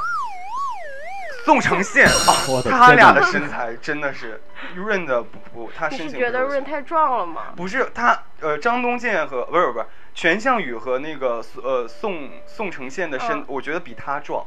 S5: 宋承宪啊
S1: 我，的
S5: 他
S1: 天
S5: 俩
S1: 哪
S5: 的身材真的是润的不不，他
S4: 你
S5: 身
S4: 是
S5: 形
S4: 觉得
S5: 不是我喜
S4: 润
S5: 欢
S4: 太壮了吗？
S5: 不是他，呃，张东健和不是不是全相宇和那个呃宋宋承宪的身，
S4: 嗯
S5: 我觉得比他壮，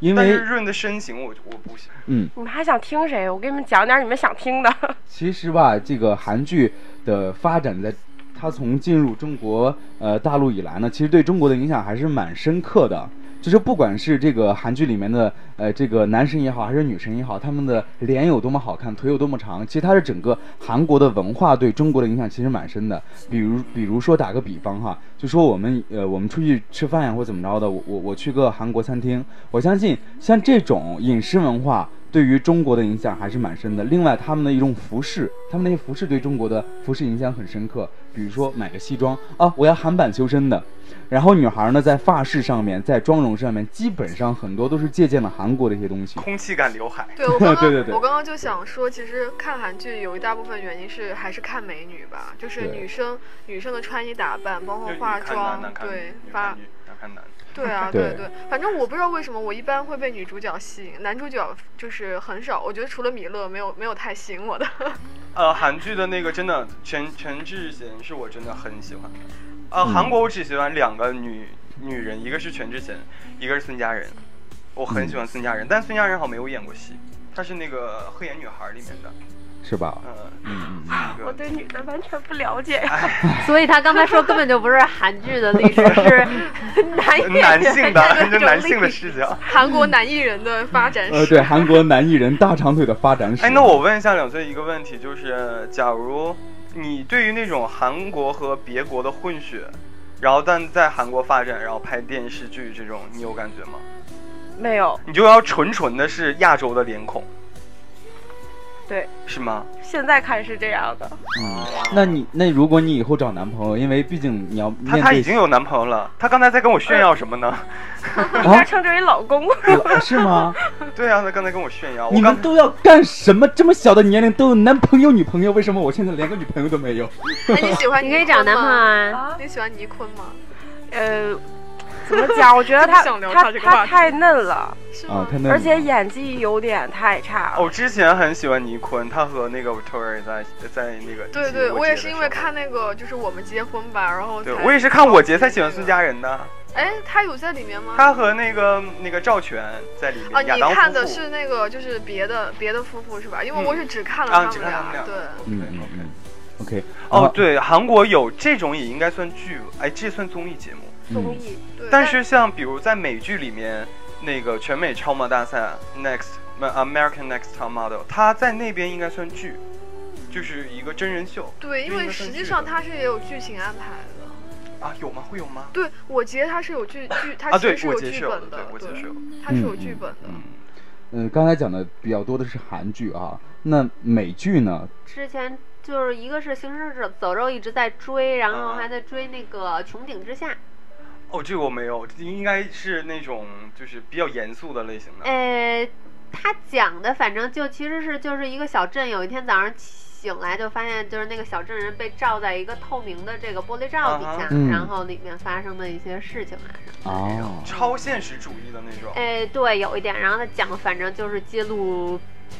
S1: 因
S5: 但是
S1: 为
S5: 润的身形我我不喜欢。
S1: 嗯，
S4: 你们还想听谁？我给你们讲点你们想听的。
S1: 其实吧，这个韩剧的发展在。它从进入中国呃大陆以来呢，其实对中国的影响还是蛮深刻的。就是不管是这个韩剧里面的呃这个男神也好，还是女神也好，他们的脸有多么好看，腿有多么长，其实它是整个韩国的文化对中国的影响其实蛮深的。比如比如说打个比方哈，就说我们呃我们出去吃饭呀或怎么着的，我我我去个韩国餐厅，我相信像这种饮食文化。对于中国的影响还是蛮深的。另外，他们的一种服饰，他们那些服饰对中国的服饰影响很深刻。比如说买个西装啊，我要韩版修身的。然后女孩呢，在发饰上面，在妆容上面，基本上很多都是借鉴了韩国的一些东西。
S5: 空气感刘海，
S2: 对我刚刚
S1: 对对对
S2: 我刚刚就想说，其实看韩剧有一大部分原因是还是看美女吧，就是
S1: 对
S2: 女生女生的穿衣打扮，包括
S5: 就
S2: 化
S5: 女看男
S2: 妆
S5: 男，看
S2: 对
S5: 女，
S2: 发
S5: 看女男看男。
S2: 对 啊，
S1: 对
S2: 对对，反正我不知道为什么我一般会被女主角吸引，男主角就是很少。我觉得除了米勒，没有没有太吸引我的。
S5: 呃，韩剧的那个真的全全智贤是我真的很喜欢的。呃，韩国我只喜欢两个女女人，一个是全智贤，一个是孙佳仁。我很喜欢孙佳仁，但孙佳仁好像没有演过戏，她是那个《黑眼女孩》里面的，
S1: 是吧？
S5: 呃，
S1: 嗯，
S5: 那 个
S4: 我对女的完全不了解
S5: 啊
S4: 呀。
S3: 所以他刚才说根本就不是韩剧的历史，是 男演员
S5: 男性
S3: 的
S5: 的，就男性的视角。
S2: 韩国男艺人的发展史，
S1: 呃，对，韩国男艺人大长腿的发展史。
S5: 哎，那我问一下两岁一个问题，就是假如你对于那种韩国和别国的混血，然后但在韩国发展，然后拍电视剧这种，你有感觉吗？
S4: 没有，
S5: 你就要纯纯的是亚洲的脸孔，
S4: 对，
S5: 是吗？
S4: 现在看是这样的。
S1: 嗯，那你那如果你以后找男朋友，因为毕竟你要面
S5: 她
S1: 对
S5: 她已经 有男朋友了，她刚才在跟我
S2: 呃
S5: 炫耀什么呢？
S4: 应该
S1: 啊，
S4: 称之为老公。
S1: 我是吗？
S5: 对啊，她刚才跟我炫耀，
S1: 你
S5: 我刚
S1: 们都要干什么？这么小的年龄都有男朋友、女朋友，为什么我现在连个女朋友都没有？
S2: 哎，你喜欢
S3: 你
S2: 尼
S3: 可以
S2: 坤
S3: 找男朋友
S2: 吗？
S3: 啊。
S2: 你喜欢尼坤吗？
S4: 呃，怎么讲？我觉得他
S2: 不想聊
S4: 他
S2: 他这个话
S4: 他
S2: 题
S4: 太嫩了，
S2: 是
S1: 啊
S2: 吗，？
S1: 太嫩了。
S4: 而且演技有点太差了。
S5: 我之前很喜欢尼坤，她和那个 Victoria 在在那个
S2: 对
S5: 一起
S2: 对，
S5: 我
S2: 我也
S5: 姐
S2: 是
S5: 的
S2: 因
S5: 时
S2: 为
S5: 候
S2: 看。那个，就是我们结婚吧，然后
S5: 对，
S2: 才
S5: 我也是看我姐才喜欢孙佳仁的，
S2: 哎，他有在里面吗？
S5: 她和那个那个赵全在里面。
S2: 啊，
S5: 亚
S2: 你
S5: 当
S2: 看
S5: 夫
S2: 的
S5: 妇
S2: 是那个，就是别的别的夫妇是吧？因为
S5: 嗯
S2: 我是只看了
S5: 啊，
S2: 他
S5: 只
S2: 们
S5: 看他们
S2: 俩，
S5: 俩。
S2: 对，
S1: 嗯嗯
S5: OK，OK
S1: 嗯，OK。
S5: 哦
S1: 啊，，
S5: 对，韩国有这种也应该算剧，哎，这算综艺节目。
S4: 综艺
S2: 对
S5: 但是像比如在美剧里面，那个全美超模大赛 Next 呃 American Next Top Model，它在那边应该算剧，就是一个真人秀。
S2: 对，因
S5: 应
S2: 为
S5: 该
S2: 实
S5: 算剧
S2: 际上
S5: 的
S2: 它是也有剧情安排的。
S5: 啊，有吗？会有吗？
S2: 对我杰他是有剧剧，他
S5: 啊，
S2: 其
S5: 对
S2: 实是
S5: 我
S2: 有
S5: 接
S2: 剧
S5: 受
S2: 本
S5: 的，对我接受
S2: 对，
S5: 了。
S2: 他是有剧本的。
S1: 嗯嗯，呃刚才讲的比较多的是韩剧啊，那美剧呢？
S3: 之前就是一个是《行尸走走肉》一直在追，然后
S5: 嗯
S3: 还在追那个《穹顶之下》。
S5: 哦，这个我没有，应该是那种就是比较严肃的类型的。
S3: 呃，他讲的反正就其实是就是一个小镇，有一天早上醒来就发现就是那个小镇人被罩在一个透明的这个玻璃罩底
S5: 啊
S3: 下
S5: 哈，
S1: 嗯
S3: 然后里面发生的一些事情啊什么。
S1: 哦，
S5: 超现实主义的那种
S3: 哎，对，有一点，然后他讲，反正就是揭露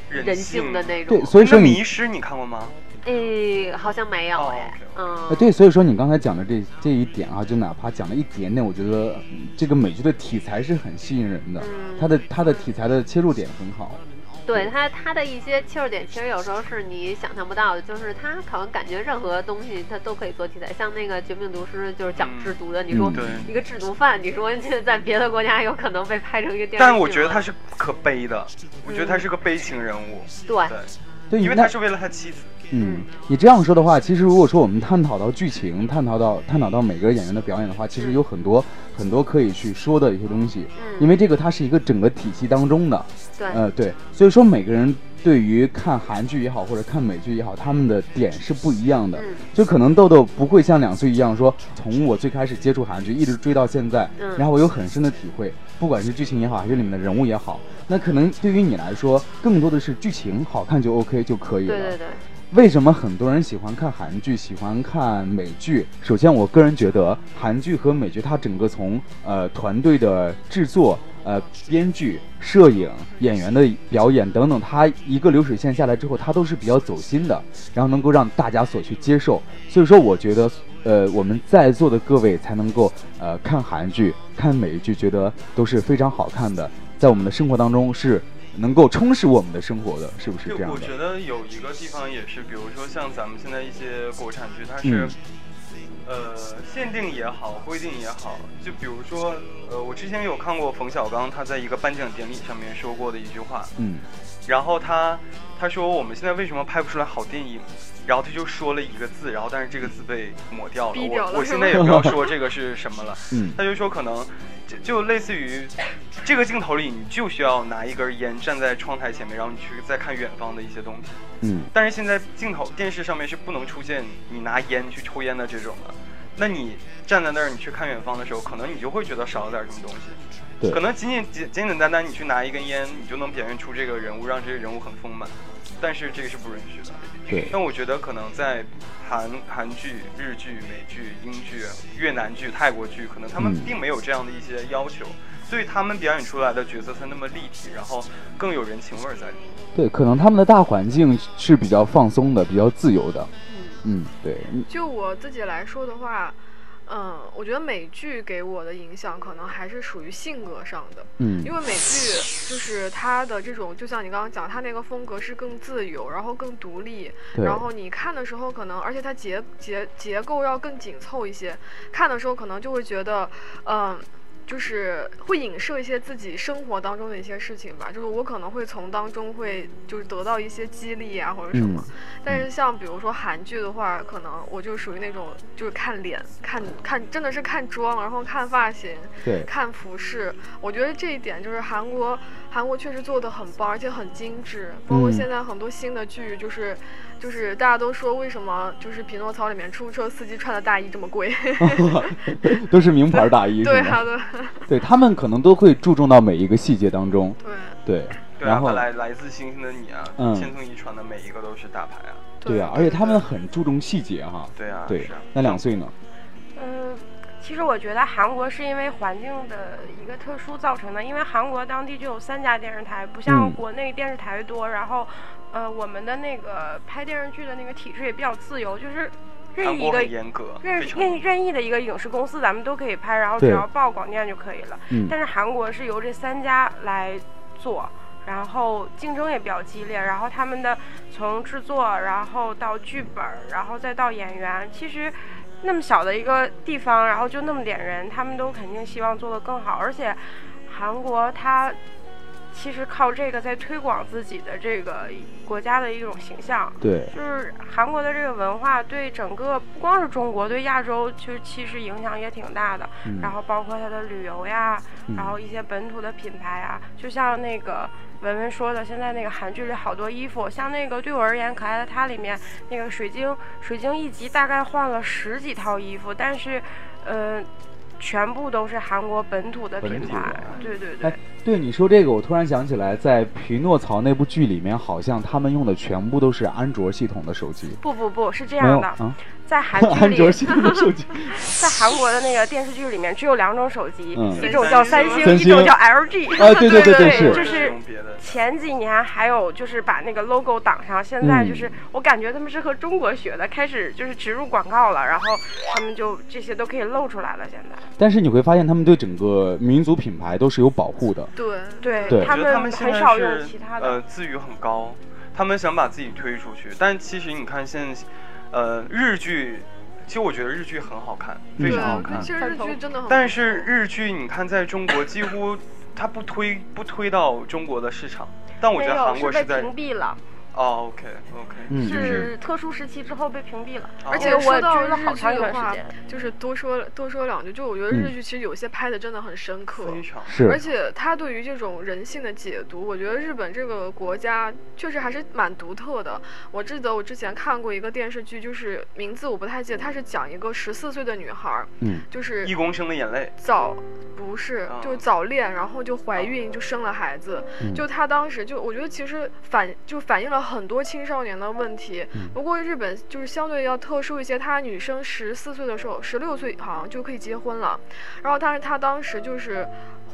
S3: 人性
S5: 性
S3: 的那种
S1: 对，。所以说
S5: 那
S1: 你
S5: 迷失你看过吗？
S3: 哎，好像没有
S5: 哦
S3: 哎，
S1: 呃，
S3: 嗯，
S1: 对，所以说你刚才讲的这这一点啊，就哪怕讲了一点点，我觉得嗯这个美剧的题材是很吸引人的，
S2: 嗯
S1: 它的它的题材的切入点很好。
S3: 对他他的一些切入点，其实有时候是你想象不到的，就是他好像感觉任何东西他都可以做题材，像那个《绝命毒师》就是讲
S5: 嗯
S3: 制毒的，你说
S1: 嗯
S5: 对。
S3: 一个制毒犯，你说这在别的国家有可能被拍成一个电视剧吗，
S5: 但我觉得他是可悲的，我觉得他是个悲情人物，
S2: 嗯
S3: 对
S5: 对，
S1: 对，
S5: 因为
S1: 那
S5: 他是为了他妻子，
S1: 嗯，你这样说的话，其实如果说我们探讨到剧情，探讨到探讨到每个演员的表演的话，其实有很多很多可以去说的一些东西，
S3: 嗯
S1: 因为这个它是一个整个体系当中的，
S3: 对
S1: 呃，对，所以说每个人对于看韩剧也好，或者看美剧也好，他们的点是不一样的。
S3: 嗯
S1: 就可能豆豆不会像两岁一样说，从我最开始接触韩剧一直追到现在，
S3: 嗯
S1: 然后我有很深的体会，不管是剧情也好，还是里面的人物也好，那可能对于你来说，更多的是剧情好看就 OK 就可以了。
S3: 对对对，
S1: 为什么很多人喜欢看韩剧，喜欢看美剧？首先，我个人觉得韩剧和美剧，它整个从呃团队的制作、呃编剧、摄影、演员的表演等等，它一个流水线下来之后，它都是比较走心的，然后能够让大家所去接受。所以说，我觉得呃我们在座的各位才能够呃看韩剧、看美剧，觉得都是非常好看的，在我们的生活当中是能够充实我们的生活的，是不是
S5: 就
S1: 这样
S5: 我
S1: 的？
S5: 觉得有一个地方也是，比如说像咱们现在一些国产剧，它是、
S1: 嗯
S5: 呃限定也好，规定也好，就比如说呃，我之前有看过冯小刚他在一个颁奖典礼上面说过的一句话，
S1: 嗯。
S5: 然后他他说我们现在为什么拍不出来好电影？然后他就说了一个字，然后但是这个字被抹掉了。
S2: 逼掉了
S5: 我我
S2: 是
S5: 现
S2: 吗
S5: 在也不要说这个是什么了。
S1: 嗯
S5: 他就说可能就就类似于这个镜头里，你就需要拿一根烟站在窗台前面，然后你去再看远方的一些东西。
S1: 嗯
S5: 但是现在镜头电视上面是不能出现你拿烟去抽烟的这种的。那你站在那儿，你去看远方的时候，可能你就会觉得少了点什么东西。
S1: 对
S5: 可能仅仅简简简单单，你去拿一根烟，你就能表现出这个人物，让这个人物很丰满。但是这个是不允许的。
S1: 对
S5: 但我觉得可能在韩韩剧、日剧、美剧、英剧、越南剧、泰国剧，可能他们
S1: 嗯
S5: 并没有这样的一些要求，所以他们表演出来的角色才那么立体，然后更有人情味儿在里面。
S1: 对，可能他们的大环境是比较放松的，比较自由的。嗯，对，嗯
S2: 就我自己来说的话，嗯，我觉得美剧给我的影响可能还是属于性格上的，因
S1: 嗯，
S2: 为美剧就是它的这种，就像你刚刚讲，它那个风格是更自由，然后更独立，
S1: 对，
S2: 然后你看的时候可能，而且它结结结构要更紧凑一些，看的时候可能就会觉得，嗯、就是会影射一些自己生活当中的一些事情吧，就是我可能会从当中会就是得到一些激励啊或者什么。但是像比如说韩剧的话，可能我就属于那种就是看脸、看看真的是看妆，然后看发型，
S1: 对，
S2: 看服饰，我觉得这一点就是韩国，韩国确实做的很棒，而且很精致。包括
S1: 嗯
S2: 现在很多新的剧，就是、就是大家都说为什么就是《匹诺曹》里面出租车司机穿的大衣这么贵？
S1: 都是名牌大衣，
S2: 对
S1: 是
S2: 啊，
S1: 吗？对
S2: 对
S1: 他们可能都会注重到每一个细节当中。
S2: 对
S1: 对，
S5: 对啊，
S1: 然后
S5: 本来来自星星的你啊，
S1: 嗯
S5: 千颂伊传的每一个都是大牌啊。
S1: 对啊，而且他们很注重细节哈。
S5: 对啊，
S1: 对
S5: 是啊，
S1: 那两岁呢？
S4: 嗯，其实我觉得韩国是因为环境的一个特殊造成的，因为韩国当地就有三家电视台，不像
S1: 嗯
S4: 国内电视台多。然后，呃，我们的那个拍电视剧的那个体制也比较自由，就是任
S5: 韩
S4: 意一
S5: 国
S4: 个
S5: 很严格，
S4: 任
S5: 非常
S4: 任任意的一个影视公司咱们都可以拍，然后只
S1: 对
S4: 要报广电就可以了。
S1: 嗯
S4: 但是韩国是由这三家来做，然后竞争也比较激烈，然后他们的从制作，然后到剧本，然后再到演员，其实那么小的一个地方，然后就那么点人，他们都肯定希望做得更好，而且韩国它。其实靠这个在推广自己的这个国家的一种形象。
S1: 对，
S4: 就是韩国的这个文化对整个不光是中国，对亚洲其实其实影响也挺大的。
S1: 嗯
S4: 然后包括它的旅游呀，
S1: 嗯
S4: 然后一些本土的品牌啊，就像那个文文说的，现在那个韩剧里好多衣服，像那个对我而言可爱的她里面那个水晶，水晶一集大概换了十几套衣服，但是，呃，全部都是韩国本土的
S1: 本
S4: 品
S1: 土
S4: 牌
S1: 的，
S4: 对对对
S1: 哎，对你说这个，我突然想起来，在《匹诺曹》那部剧里面，好像他们用的全部都是安卓系统的手机，
S4: 不不不是这
S1: 没有
S4: 样的，
S1: 啊，
S4: 在韩
S1: 安
S4: 剧
S1: 卓
S4: 里，
S1: 系统的手机，
S4: 在韩国的那个电视剧里面只有两种手机，
S1: 嗯
S4: 一种叫三
S5: 三
S4: 星，
S1: 星
S4: 一种叫 LG。
S1: 啊，对对对，
S4: 对
S1: 是，
S5: 就
S4: 就
S5: 是是用别的。
S4: 前几年还有就是把那个 logo 挡上，现在
S1: 嗯
S4: 就是我感觉他们是和中国学的，开始就是植入广告了，然后他们就这些都可以露出来了。现在，
S1: 但是你会发现，他们对整个民族品牌都是有保护的。
S2: 对，
S4: 对
S1: 对
S5: 我
S4: 他
S5: 觉得他
S4: 们
S5: 现
S4: 很
S5: 在
S4: 少
S5: 是
S4: 用其他
S5: 呃
S4: 的。
S5: 自愈很高，他们想把自己推出去，但其实你看现在，呃日剧，其实我觉得日剧很好看，
S1: 嗯
S5: 非常
S2: 对啊
S5: 好
S1: 好
S5: 看
S1: 看，
S2: 其实日剧真的很，
S5: 但是日剧你看在中国几乎它不推不推到中国的市场，但我
S4: 没
S5: 觉得
S4: 有
S5: 韩
S4: 是
S5: 国
S4: 被
S5: 是在
S4: 屏蔽了，
S5: 哦 OK OK，
S1: 嗯
S4: 是特殊时期之后被屏蔽了。
S5: 哦
S4: 而且
S2: 我
S4: 我
S2: 说到
S4: 追了好
S2: 日剧
S4: 长一
S2: 的
S4: 段
S2: 话
S4: 时间，
S2: 就是多说多说两句，就我觉得日剧其实有些拍的真的很深刻，
S5: 非常
S1: 嗯是
S2: 而且他对于这种人性的解读，我觉得日本这个国家确实还是蛮独特的。我记得我之前看过一个电视剧，就是名字我不太记得，它是讲一个十四岁的女孩儿，
S1: 嗯，
S2: 就是
S5: 一公升的眼泪，
S2: 早不是
S5: 啊
S2: 就是早恋，然后就怀孕就生了孩子。
S1: 嗯
S2: 就她当时就我觉得其实反就反映了很多青少年的问题
S1: 嗯。
S2: 不过日本就是相对要特殊一些，她女生十四岁的时候，十六岁好像就可以结婚了。然后但是她当时就是。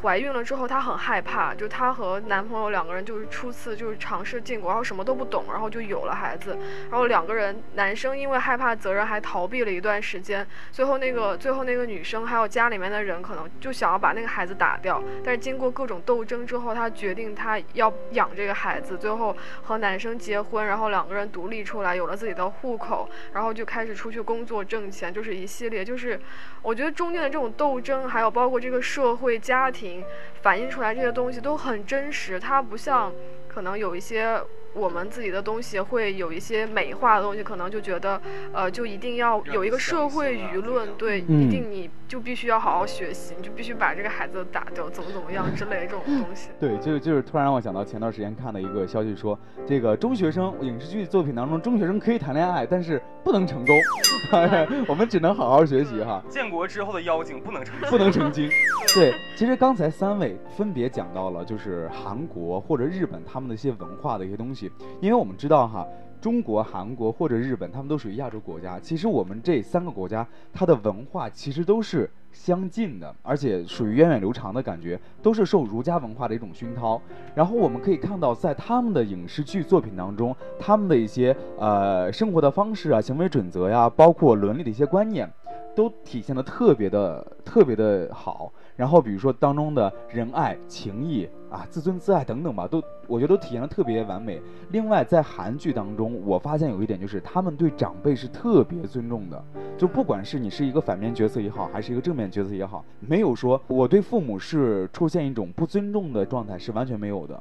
S2: 怀孕了之后，她很害怕，就她和男朋友两个人就是初次就是尝试禁果，然后什么都不懂，然后就有了孩子。然后两个人，男生因为害怕责任还逃避了一段时间，最后那个最后那个女生还有家里面的人可能就想要把那个孩子打掉，但是经过各种斗争之后，她决定她要养这个孩子，最后和男生结婚，然后两个人独立出来，有了自己的户口，然后就开始出去工作挣钱，就是一系列就是，我觉得中间的这种斗争，还有包括这个社会家庭反映出来这些东西都很真实，它不像可能有一些。我们自己的东西会有一些美化的东西，可能就觉得，呃，就一定要有一个嗯社会舆论，对，
S1: 嗯
S2: 一定你就必须要好好学习，你就必须把这个孩子打掉，怎么怎么样之类的这种东西。”
S1: 对，就就是突然让我想到前段时间看的一个消息说，这个中学生影视剧作品当中，中学生可以谈恋爱，但是不能成功， 我们只能好好学习哈。
S5: 建国之后的妖精不能成
S1: 不能成精。 对，其实刚才三位分别讲到了，就是韩国或者日本他们的一些文化的一些东西，因为我们知道哈。中国、韩国或者日本，他们都属于亚洲国家。其实我们这三个国家，它的文化其实都是相近的，而且属于源远流长的感觉，都是受儒家文化的一种熏陶。然后我们可以看到，在他们的影视剧作品当中，他们的一些呃生活的方式啊、行为准则呀、包括伦理的一些观念，都体现的特别的特别的好。然后比如说当中的仁爱、情义啊、自尊自爱等等吧，都我觉得都体现的特别完美。另外在韩剧当中，我发现有一点就是他们对长辈是特别尊重的，就不管是你是一个反面角色也好，还是一个正面角色也好，没有说我对父母是出现一种不尊重的状态，是完全没有的。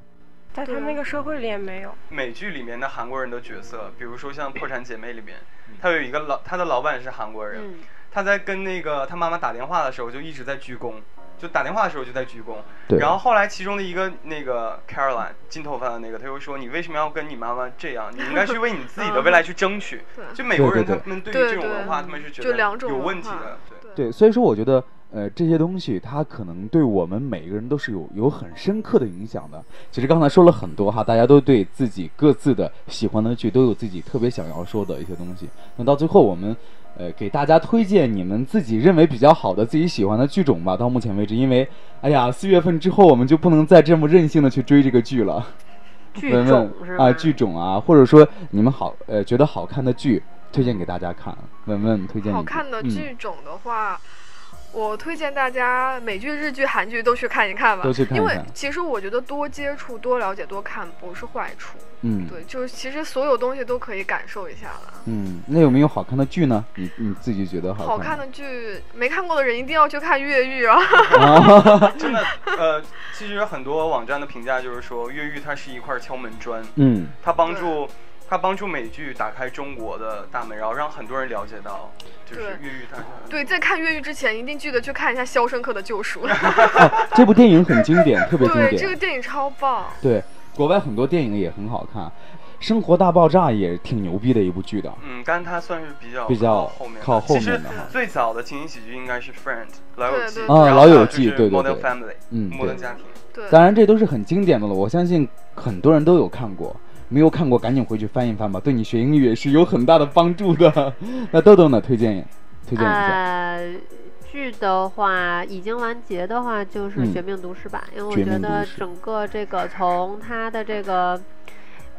S4: 在他们那个社会里也没有。
S5: 美剧里面的韩国人的角色，比如说像《破产姐妹》里面，
S1: 嗯
S5: 她有一个老，她的老板是韩国
S4: 嗯
S3: 嗯
S5: 人，她在跟那个她妈妈打电话的时候就一直在鞠躬，就打电话的时候就在鞠躬。
S1: 对
S5: 然后后来其中的一个那个 Caroline 金头发的那个，她就说：“你为什么要跟你妈妈这样？你应该去为你自己的未来去争取。
S2: 对
S5: 就美国人
S1: 对对
S5: 他
S1: 对
S5: 们对于
S2: 对
S5: 这种文化，
S2: 对
S5: 他们是觉
S2: 就
S5: 得
S2: 两种
S5: 有
S2: 文
S5: 问题
S2: 化
S5: 的。对。
S1: 对，所以说我觉得，呃，这些东西它可能对我们每个人都是有有很深刻的影响的。其实刚才说了很多哈，大家都对自己各自的喜欢的剧都有自己特别想要说的一些东西。那到最后我们。呃，给大家推荐你们自己认为比较好的、自己喜欢的剧种吧。到目前为止，因为，哎呀，四月份之后我们就不能再这么任性的去追这个剧了。
S3: 剧
S1: 文
S3: 种
S1: 文
S3: 是吧？
S1: 啊，剧种啊，或者说你们好呃觉得好看的剧，推荐给大家看。文文推荐一
S2: 好
S1: 部
S2: 看的
S1: 嗯
S2: 剧种的话，我推荐大家美剧、日剧、韩剧都去看一看吧，
S1: 都去看一
S2: 因
S1: 看
S2: 为其实我觉得多接触、多了解、多看不是坏处。
S1: 嗯
S2: 对，就是其实所有东西都可以感受一下了。
S1: 嗯，那有没有好看的剧呢？你你自己觉得好
S2: 好看的剧，没看过的人一定要去看《越狱》啊！
S1: 啊？
S5: 真的，呃，其实很多网站的评价就是说，《越狱》它是一块敲门砖，
S1: 嗯，
S5: 它帮助它帮助美剧打开中国的大门，然后让很多人了解到，就是
S2: 对
S5: 《越狱》它是
S2: 对，在看《越狱》之前，一定记得去看一下《肖申克的 救赎》
S1: 哎，这部电影很经 典，特别经
S2: 对，这个
S1: 典。
S2: 电影超棒。
S1: 对，国外很多电影也很好看，《生活大爆炸》也挺牛逼的一部剧的。
S5: 嗯，但它算是比较
S1: 比较
S5: 靠后面的
S1: 靠后
S5: 其实
S1: 面的哈
S5: 最早的情景喜剧应该是《Friend》老友记，
S2: 对对
S1: 对啊
S5: 然后
S1: 老友
S5: 还有
S1: 记
S5: 就是
S1: 对对
S5: Modern
S1: 对
S5: Family，
S1: 嗯
S5: 摩登
S1: 对
S5: 家庭。
S2: 对，
S1: 当然，这都是很经典的了，我相信很多人都有看过。没有看过，赶紧回去翻一翻吧，对你学英语也是有很大的帮助的。 那豆豆呢？推荐，推荐一下。
S3: 呃，剧的话，已经完结的话就是
S1: 嗯
S3: 《绝命毒师》吧，因为我
S1: 绝
S3: 觉
S1: 命毒
S3: 得
S1: 师
S3: 整个这个从他的这个，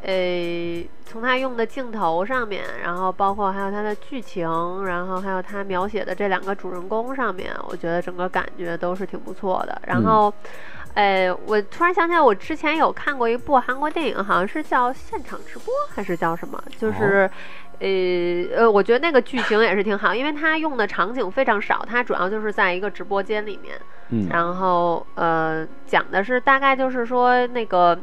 S3: 呃，从他用的镜头上面，然后包括还有他的剧情，然后还有他描写的这两个主人公上面，我觉得整个感觉都是挺不错的。然
S1: 嗯
S3: 后。哎，我突然想起来，我之前有看过一部韩国电影，好像是叫《现场直播》还是叫什么？就是，呃呃，我觉得那个剧情也是挺好，因为它用的场景非常少，它主要就是在一个直播间里面，
S1: 嗯
S3: 然后呃，讲的是大概就是说那个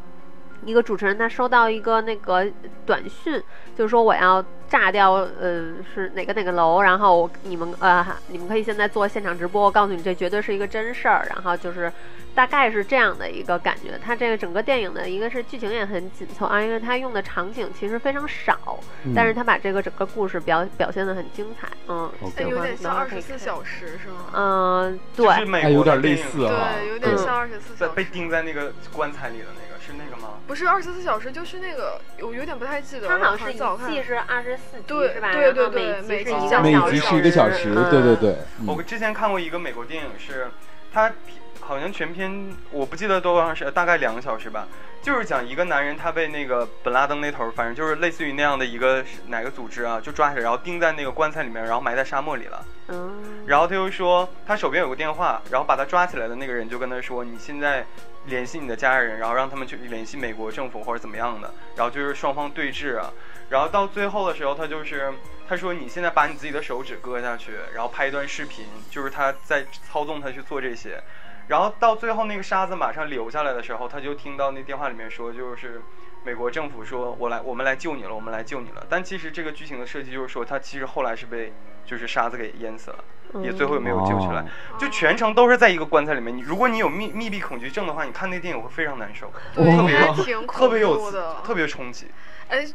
S3: 一个主持人他收到一个那个短讯，就是说我要炸掉呃是哪个哪个楼，然后我你们呃你们可以现在做现场直播，我告诉你这绝对是一个真事儿，然后就是大概是这样的一个感觉。它这个整个电影的一个是剧情也很紧凑啊，因为它用的场景其实非常少，
S1: 嗯
S3: 但是它把这个整个故事表表现的很精彩，嗯
S1: OK，
S2: 哎，
S3: 喜
S2: 有
S3: 欢
S2: 点像
S3: 的话
S2: 二
S3: 可以
S2: 十四
S3: 看
S2: 小时是吗？
S3: 嗯、对，
S5: 就是美
S1: 哎，
S5: 国
S1: 有
S5: 的
S1: 点类
S5: 电影
S1: 似啊。
S2: 对，有点像二十四
S5: 在
S2: 小
S5: 被
S2: 时。
S5: 钉在那个棺材里的那个是那个吗？
S2: 不是二十四小时，就是那个，我有点不太记得了。
S3: 它好像
S2: 反
S3: 是
S2: 正早看
S3: 一季是二十四集
S2: 对
S3: 是吧？
S2: 对
S3: 然后
S2: 对对
S3: 每集是
S2: 每
S3: 一
S2: 集
S3: 个
S1: 每
S3: 小
S1: 集
S3: 时，
S1: 是一个小时，对对对，
S5: 我
S1: 嗯
S5: 之前看过一个美国电影是，它好像全篇我不记得多长时间，大概两个小时吧。就是讲一个男人，他被那个本拉登那头儿，反正就是类似于那样的一个哪个组织啊，就抓起来，然后钉在那个棺材里面，然后埋在沙漠里了。
S3: 嗯，
S5: 然后他又说他手边有个电话，然后把他抓起来的那个人就跟他说，你现在联系你的家人，然后让他们去联系美国政府或者怎么样的，然后就是双方对峙啊，然后到最后的时候，他就是他说你现在把你自己的手指割下去，然后拍一段视频，就是他在操纵他去做这些，然后到最后那个沙子马上流下来的时候，他就听到那电话里面说就是。美国政府说：“我来，我们来救你了，我们来救你了。”但其实这个剧情的设计就是说，他其实后来是被就是沙子给淹死了。也最后也没有救出来
S1: 哦，
S5: 就全程都是在一个棺材里面。你如果你有密密闭恐惧症的话，你看那电影会非常难受，
S2: 对，
S1: 哇
S2: 应该挺
S5: 特
S2: 恐
S5: 别有
S2: 怖
S5: 刺
S2: 的。
S5: 特别冲击。
S2: 哎，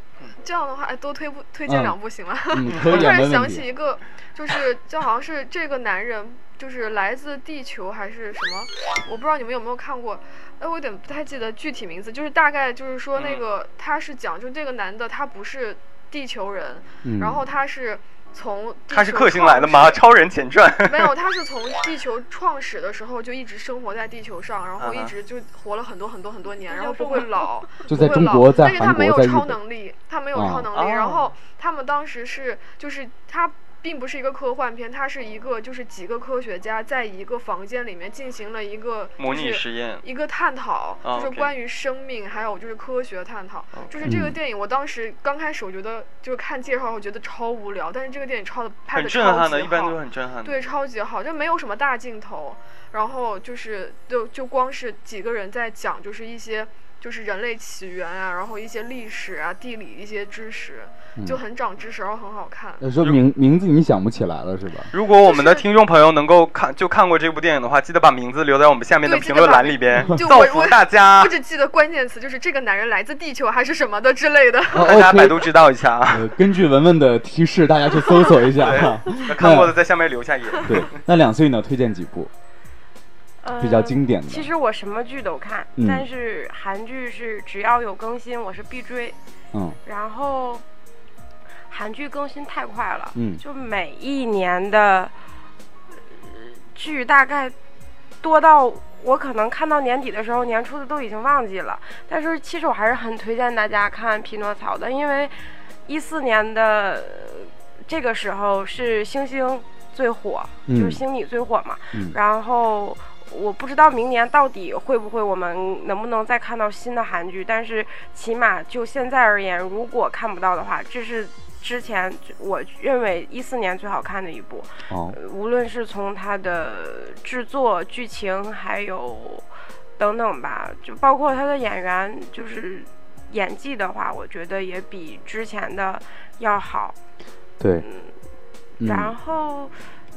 S2: 这样的话，哎，多推不推荐
S1: 嗯
S2: 两部行吗？
S1: 嗯，可
S2: 我
S1: 以
S2: 突
S1: 两
S2: 然
S1: 个问
S2: 想起
S1: 题。
S2: 一个，就是就好像是这个男人，就是来自地球还是什么，我不知道你们有没有看过，哎，我有点不太记得具体名字，就是大概就是说那
S5: 嗯
S2: 个他是讲，就这个男的他不是地球人，
S1: 嗯
S2: 然后他是从地
S5: 他是
S2: 球
S5: 克星
S2: 创
S5: 来的吗？《
S2: 始
S5: 超人前传》
S2: 没有，他是从地球创始的时候就一直生活在地球上，然后一
S5: 啊哈
S2: 直就活了很多很多很多年，然后不会老，
S1: 就
S2: 不
S1: 在
S2: 会
S1: 中
S2: 老
S1: 国，在
S2: 但是他
S1: 韩
S2: 没
S1: 国，
S2: 有
S1: 在日
S2: 超
S1: 本。
S2: 能力，他没有
S1: 啊
S2: 超能力。
S5: 哦
S2: 然后他们当时是就是他并不是一个科幻片，它是一个就是几个科学家在一个房间里面进行了一个
S5: 模
S2: 就
S5: 拟
S2: 是
S5: 实验，
S2: 一个探讨，
S5: 啊
S2: 就是
S5: OK
S2: 关于生命，还有就是科学探讨。
S5: OK
S2: 就是这个
S1: 嗯
S2: 电影，我当时刚开始我觉得就是看介绍，我觉得超无聊，但是这个电影超的拍
S5: 很
S2: 的
S5: 震
S2: 超
S5: 撼
S2: 级
S5: 的，一般
S2: 好
S5: 都是很震撼的。
S2: 对，超级好，就没有什么大镜头，然后就是就就光是几个人在讲，就是一些就是人类起源啊，然后一些历史啊、地理一些知识，就
S1: 嗯
S2: 很长知识，然后很好看。
S5: 嗯
S1: 呃那说名名字你想不起来了是吧？
S5: 如果我们的听众朋友能够看就看过这部电影的话，记得把名字留在我们下面的
S2: 对
S5: 评论栏里边，
S2: 记得把
S5: 造
S2: 名
S5: 福大家
S2: 我，只记得关键词就是这个男人来自地球还是什么的之类的。
S1: 哦
S5: 大家百度
S1: ，OK，
S5: 知道一下 啊。
S1: 呃，根据文文的提示，大家去搜索一下哈。
S5: 那看过的在下面留下也。
S1: 对，那两岁呢？推荐几部
S4: 呃
S1: 比较经典的？
S4: 其实我什么剧都看，
S1: 嗯
S4: 但是韩剧是只要有更新我是必追，
S1: 嗯
S4: 然后韩剧更新太快了，
S1: 嗯
S4: 就每一年的、呃剧大概多到我可能看到年底的时候，年初的都已经忘记了。但是其实我还是很推荐大家看《匹诺曹》的，因为一四年的呃这个时候是星星最火，
S1: 嗯
S4: 就是星米最火嘛。
S1: 嗯
S4: 然后我不知道明年到底会不会，我们能不能再看到新的韩剧，但是起码就现在而言，如果看不到的话，这是。之前我认为一四年最好看的一部，
S1: 哦，
S4: 呃无论是从它的制作、剧情，还有等等吧，就包括它的演员，就是演技的话，我觉得也比之前的要好。
S1: 对，嗯
S4: 然后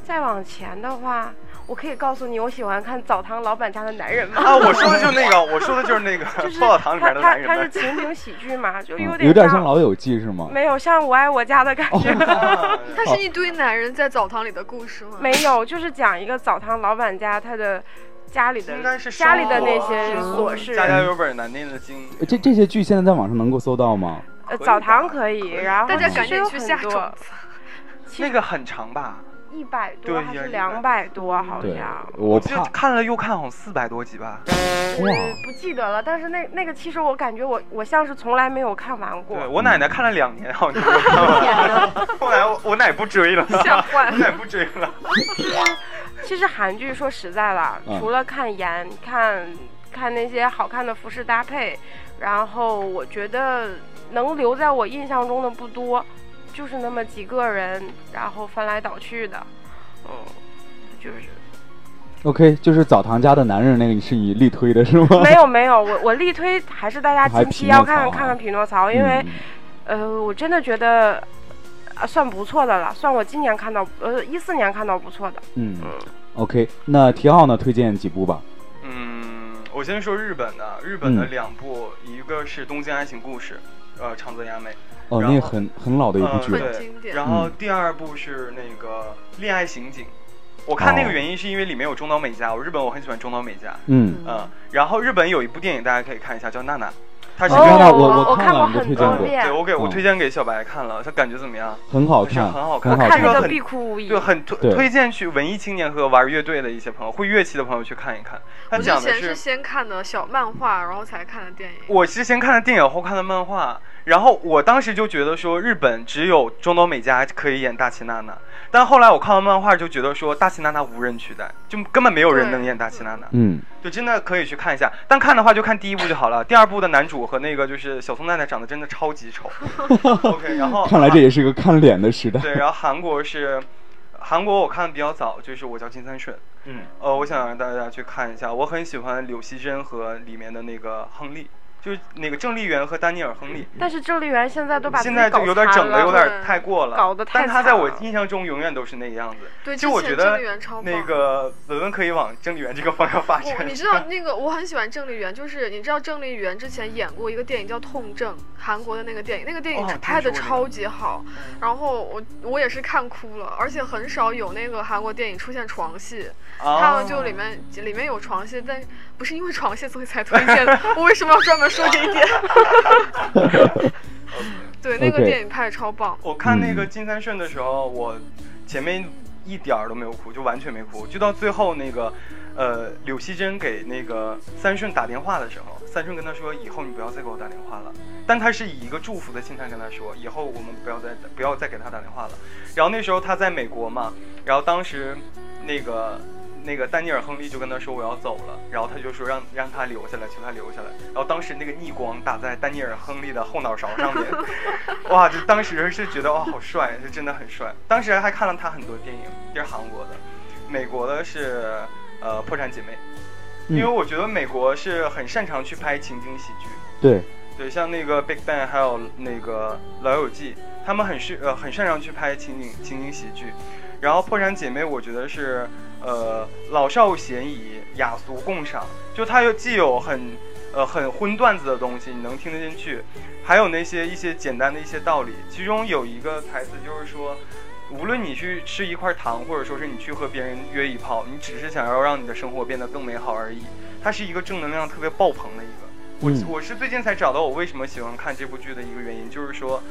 S4: 再往前的话，我可以告诉你，我喜欢看澡堂老板家的男人吗？
S5: 啊，我说的就是那个，我说的就是那个
S4: 就是
S5: 泡澡堂里
S4: 他
S5: 边的
S4: 他
S5: 男人
S4: 他是
S5: 们。
S4: 情景喜剧 嘛，就
S1: 嗯
S4: 有
S1: 有点像
S4: 像
S1: 老哦友记是吗？
S4: 没有像我爱我家的感觉。
S5: 啊
S2: 它是一堆男人在澡堂里的故事吗？
S4: 没有，就是讲一个澡堂老板家他的家里的
S5: 应该是
S4: 家里
S5: 生
S4: 的
S5: 活
S4: 那些
S3: 生活
S4: 琐事。
S5: 家家有本难念的经。
S1: 这这些剧现在在网上能够搜到吗？
S4: 呃，
S5: 可以
S4: 澡
S5: 吧
S4: 堂可以，然后
S2: 大家
S4: 其
S2: 赶
S4: 实
S2: 紧
S4: 有
S2: 去
S4: 很
S2: 下
S4: 多
S2: 种子。
S4: 其
S5: 那
S4: 实
S5: 个很长吧？
S4: 一百
S5: 对
S4: 多还
S5: 呀
S4: 是
S5: 100
S4: 两百多，好
S1: 对
S4: 像，
S1: 我
S5: 就
S1: 怕
S5: 看了又看，好像四百多集吧。
S1: 哇
S4: 呃不记得了。但是那那个其实我感觉我我像是从来没有看完过
S5: 对。我奶奶看了两年，好像就没有看完。后来我我奶不追 了，
S2: 吓坏
S5: 我奶不追了。
S4: 其实韩剧说实在了，
S1: 嗯
S4: 除了看颜、看看那些好看的服饰搭配，然后我觉得能留在我印象中的不多，就是那么几个人，然后翻来倒去的，嗯，就是。
S1: ，OK，就是澡堂家的男人那个，你是你力推的是吗？
S4: 没有没有，我我力推还是大家
S1: 还
S4: 近期
S1: 匹诺
S4: 要看
S1: 曹
S4: 看看看《匹诺曹》，因为、
S1: 嗯
S4: 呃，我真的觉得。啊，算不错的了，算我今年看到，呃，一四年看到不错的。
S1: 嗯嗯
S4: 嗯
S1: ，OK，那题浩呢？推荐几部吧？
S5: 嗯，我先说日本的，日本的
S1: 嗯
S5: 两部，一个是《东京爱情故事》，呃，长泽雅美，
S1: 哦，
S5: 然
S1: 那个
S5: 后
S1: 很很老的一部
S5: 呃，
S1: 剧了。
S2: 很经
S5: 对。
S2: 典
S5: 然后
S1: 嗯
S5: 第二部是那个《恋爱刑警》，我看那
S1: 哦
S5: 个原因是因为里面有中岛美嘉，我日本我很喜欢中岛美嘉，
S1: 嗯，
S5: 嗯，然后日本有一部电影大家可以看一下，叫《娜娜》，它是
S1: 哦
S5: 一个
S1: 娜娜我
S4: 我
S1: 我看
S4: 看
S1: 了
S4: 过
S1: 你都推
S4: 很
S1: 荐
S2: 哦
S4: 多
S1: 过
S4: 遍
S5: 对，我给我
S1: 嗯
S5: 推荐给小白看了，他感觉怎么样？
S1: 很好
S5: 是
S1: 看，
S5: 很好
S1: 很好
S5: 看
S4: 看
S5: 这个
S4: 着
S1: 看。
S5: 很
S4: 必哭无
S2: 嗯
S4: 疑。
S5: 对，很推
S1: 对
S5: 推荐去文艺青年和玩乐队的一些朋友，会乐器的朋友去看一看。他
S2: 我之
S5: 讲的
S2: 前
S5: 是
S2: 是先看的小漫画，然后才看的电影。
S5: 我是先看的电影，后看的漫画。然后我当时就觉得说，日本只有中岛美嘉可以演大齐娜娜，但后来我看完漫画就觉得说，大齐娜娜无人取代，就根本没有人能演大齐娜娜，
S1: 嗯，
S5: 就真的可以去看一下。但看的话就看第一部就好了，第二部的男主和那个就是小松奈奈长得真的超 级丑。OK，然后
S1: 看来这也是个看脸的时代。
S5: 对，然后韩国是韩国我看的比较早，就是我叫金三顺，
S1: 嗯，
S5: 呃，我想让大家去看一下，我很喜欢柳熙珍和里面的那个亨利，就是那个郑丽媛和丹尼尔亨利。
S4: 但是郑丽媛现在嗯都把自
S5: 现
S4: 己
S5: 在就
S4: 搞
S5: 有点
S4: 残
S5: 整的，
S4: 了
S5: 有点太过了，
S4: 搞得太
S5: 但他在
S4: 惨
S5: 我
S4: 了
S5: 印象中永远都是那个样子。
S2: 对
S5: 其
S2: 之
S5: 实我
S2: 前
S5: 觉得
S2: 郑丽媛超棒
S5: 那个文文可以往郑丽媛这个方向发
S2: 我
S5: 展。
S2: 你知道那个我很喜欢郑丽媛，就是你知道郑丽媛之前演过一个电影叫《痛症》，韩国的那个电影，那个电
S5: 哦
S2: 影
S5: 听
S2: 拍的
S5: 说过嗯
S2: 超级好，然后我我也是看哭了，而且很少有那个韩国电影出现床戏，他
S5: 啊
S2: 们就里面里面有床戏，但不是因为床戏所以才推荐的，我为什么要专门说这一点？ 对，那个
S1: OK
S2: 电影拍的超棒，
S5: 我看那个
S1: 嗯
S5: 金三顺的时候，我前面一点儿都没有哭，就完全没哭，就到最后那个，呃，柳熙珍给那个三顺打电话的时候，三顺跟他说：“以后你不要再给我打电话了。”但他是以一个祝福的心态跟他说：“以后我们不要再不要再给他打电话了。”然后那时候他在美国嘛，然后当时那个。那个丹尼尔·亨利就跟他说我要走了，然后他就说让让他留下来，求他留下来。然后当时那个逆光打在丹尼尔·亨利的后脑勺上面，哇，就当时是觉得哇，好帅，是真的很帅。当时还看了他很多电影，这是韩国的，美国的是呃《破产姐妹》，
S1: 嗯
S5: 因为我觉得美国是很擅长去拍情景喜剧，
S1: 对，
S5: 对，像那个《Big Bang》还有那个《老友记》，他们很是呃很擅长去拍情景情景喜剧。然后《破产姐妹》，我觉得是呃老少咸宜，雅俗共赏，就它又既有很呃很荤段子的东西，你能听得进去，还有那些一些简单的一些道理。其中有一个台词就是说。无论你去吃一块糖，或者说是你去和别人约一炮，你只是想要让你的生活变得更美好而已。它是一个正能量特别爆棚的一个，我
S1: 嗯
S5: 我是最近才找到我为什么喜欢看这部剧的一个原因，就是说，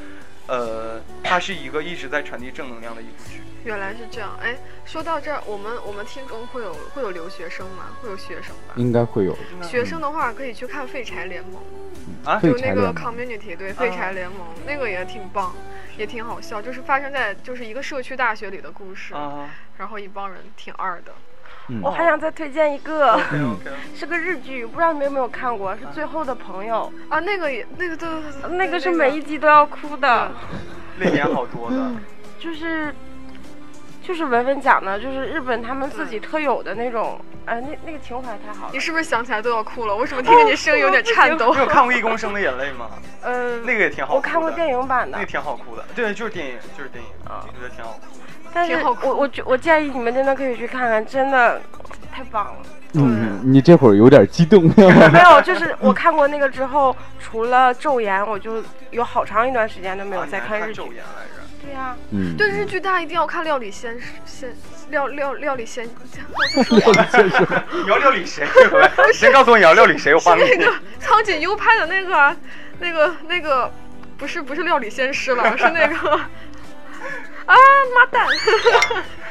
S5: 呃，它是一个一直在传递正能量的一部剧。
S2: 原来是这样。哎，说到这儿，我们我们听众会有会有留学生吗？会有学生吧？
S1: 应该会有
S5: 真的
S2: 学生的话可以去看《废柴联盟》，
S5: 啊
S1: 废
S2: 有
S1: 柴
S2: 那
S1: 联盟。
S2: 个
S1: 嗯
S2: community 对《废柴联盟》，那个也挺棒，也挺好笑，就是发生在就是一个社区大学里的故事，
S5: 啊
S2: 然后一帮人挺二的。
S1: 嗯
S5: 哦
S4: 我还想再推荐一个，
S5: ，OK OK，
S4: 是个日剧，不知道你们有没有看过，是《最后的朋友
S2: 啊，那个也那个对对对》，
S5: 哦
S2: 对，
S4: 那个是每一集都要哭的，
S5: 嗯泪点好多的，
S4: 就是就是文文讲的，就是日本他们自己特有的那种，哎，那那个情怀太好了
S2: 你。是不是想起来都要哭了？为
S4: 哦
S2: 什么听着你声音有点颤抖
S5: 你？有看过《一公升的眼泪》 吗？
S4: 呃，
S5: 那个也挺好哭的。
S4: 我看过电影版的
S5: 那个，挺好哭的，对，就是电影，就是电影，
S4: 啊
S5: 我觉得挺好哭的。
S4: 但是
S2: 挺好哭
S4: 我我觉我建议你们真的可以去看看，真的太棒了。
S1: 嗯，你这会儿有点激动，
S4: 没有，就是我看过那个之后，除了《昼颜》，我就有好长一段时间都没有
S5: 啊
S4: 再
S5: 你还
S4: 看日
S5: 看
S4: 剧。
S5: 昼颜来着。
S4: 对啊呀、
S1: 嗯，
S2: 对日剧，大家一定要看《料理先生先料料料理先》
S5: 你要料理谁？ 你先告诉我你要料理谁，我帮你。
S2: 那个苍井优拍的那个啊那个那个，不是不是料理先师 了，是那个啊妈蛋，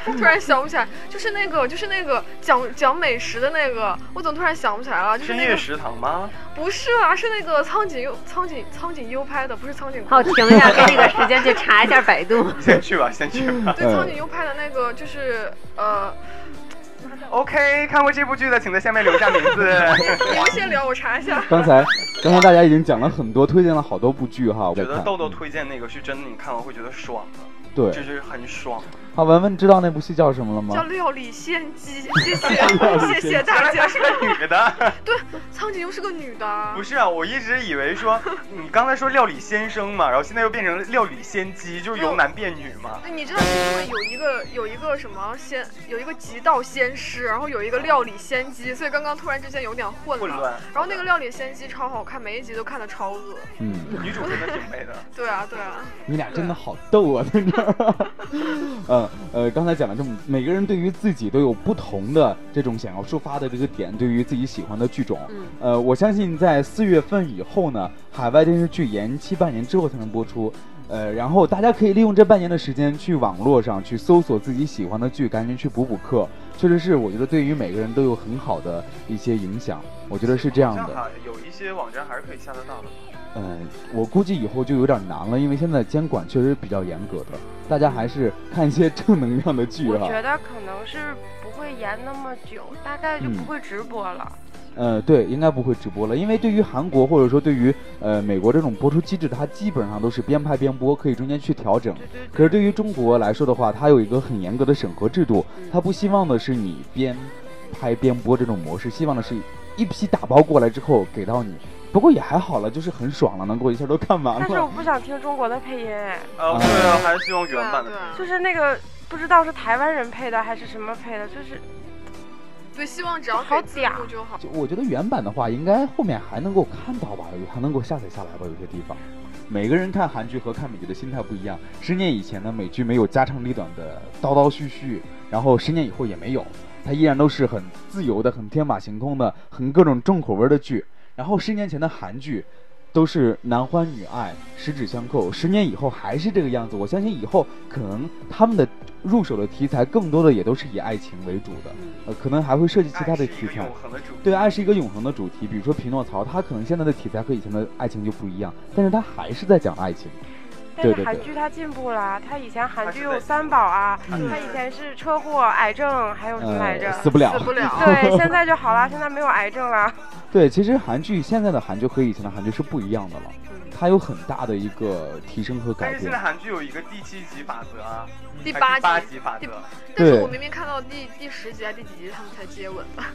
S2: 突然想不起来，就是那个就是那个讲讲美食的那个，我怎么突然想不起来了？就是
S5: 深
S2: 那
S5: 夜
S2: 个
S5: 食堂吗？
S2: 不是啊，是那个苍井优苍井苍井优拍的，不是苍井
S3: 好，
S2: 空。
S3: 停一下，给你个时间去查一下百度。
S5: 你先去吧，先去吧。
S2: 对苍井优拍的那个就是呃，
S4: 嗯
S5: OK，看过这部剧的，请在下面留下名字。
S2: 你们先聊，我查一下。
S1: 刚才刚才大家已经讲了很多，推荐了好多部剧哈。我
S5: 我觉
S1: 在
S5: 得
S1: 看嗯
S5: 豆豆推荐那个是真的，你看完会觉得爽的，
S1: 对，
S5: 就是很爽。
S1: 好，文文知道那部戏叫什么了
S2: 叫
S1: 吗？
S2: 料理仙姬，谢 谢谢谢大家。
S5: 女的
S2: 对，苍井优是个女的啊，
S5: 不是啊，我一直以为说你刚才说料理先生嘛，然后现在又变成料理仙姬，就是由男变女嘛。
S2: 那你知道因为有一个有一个什么仙，有一个极道仙师，然后有一个料理仙姬，所以刚刚突然之间有点混了。
S5: 混乱
S2: 然后那个料理仙姬超好看，每一集都看的超恶。
S1: 嗯，
S5: 女主真的挺美的，
S2: 对啊，对啊，
S1: 你俩真的好逗啊，在这儿。呃呃，刚才讲了这么，每个人对于自己都有不同的这种想要抒发的这个点，对于自己喜欢的剧种。
S3: 嗯
S1: 呃，我相信在四月份以后呢，海外电视剧延期半年之后才能播出。呃，然后大家可以利用这半年的时间去网络上去搜索自己喜欢的剧，赶紧去补补课。确实是，我觉得对于每个人都有很好的一些影响。我觉得是这样
S5: 好像
S1: 的。
S5: 还有一些网站还是可以下得到的。
S1: 嗯，我估计以后就有点难了，因为现在监管确实比较严格的，大家还是看一些正能量的剧
S4: 我
S1: 哈。
S4: 觉得可能是不会延那么久，大概就
S1: 嗯
S4: 不会直播了。
S1: 呃，对，应该不会直播了，因为对于韩国或者说对于呃美国这种播出机制，它基本上都是边拍边播，可以中间去调整。
S4: 对对对。
S1: 可是对于中国来说的话，它有一个很严格的审核制度，
S4: 嗯
S1: 它不希望的是你边拍边播这种模式，希望的是一批打包过来之后给到你。不过也还好了，就是很爽了，能够一下都看完了。
S4: 但是我不想听中国的配音，哎，
S5: 呃，
S1: 啊
S5: 对啊，还是希望
S2: 对
S5: 原
S2: 啊，
S5: 版的
S2: 对。啊。
S4: 就是那个不知道是台湾人配的还是什么配的，就是
S2: 对，希望只要
S4: 好
S2: 给字
S4: 假
S2: 幕就好。
S1: 就我觉得原版的话，应该后面还能够看到吧，还能够下载下来吧，有些地方。每个人看韩剧和看美剧的心态不一样。十年以前呢，美剧没有家长里短的叨叨絮絮，然后十年以后也没有，它依然都是很自由的、很天马行空的、很各种重口味的剧。然后十年前的韩剧，都是男欢女爱，十指相扣。十年以后还是这个样子，我相信以后可能他们的入手的题材更多的也都是以爱情为主的，呃，可能还会涉及其他的
S5: 爱哎是
S1: 题
S5: 一个
S1: 材
S5: 永。恒的主题
S1: 对，啊爱是一个永恒的主题。比如说《匹诺曹》，它可能现在的题材和以前的爱情就不一样，但是它还是在讲爱情。
S4: 但
S1: 对
S4: 是
S1: 对
S4: 韩
S1: 对
S4: 剧它进步了，它以前韩剧
S5: 它是
S4: 有
S5: 在
S4: 三宝啊，
S5: 哎
S1: 嗯
S4: 它以前是车祸、癌症，还有什么来着
S1: 呃，？死不了
S2: 死。不了，
S4: 对，现在就好了，现在没有癌 症了。
S1: 对，其实韩剧现在的韩剧和以前的韩剧是不一样的了，
S4: 嗯
S1: 它有很大的一个提升和
S4: 哎
S5: 但
S1: 改
S5: 是现在
S1: 变。
S5: 韩剧有一个第七集法则啊，
S2: 第
S5: 还是
S2: 八
S5: 第八
S2: 集
S5: 集法
S2: 第
S5: 则，
S2: 但是
S1: 对
S2: 我明明看到第第十集还是第几集他们才接吻吧？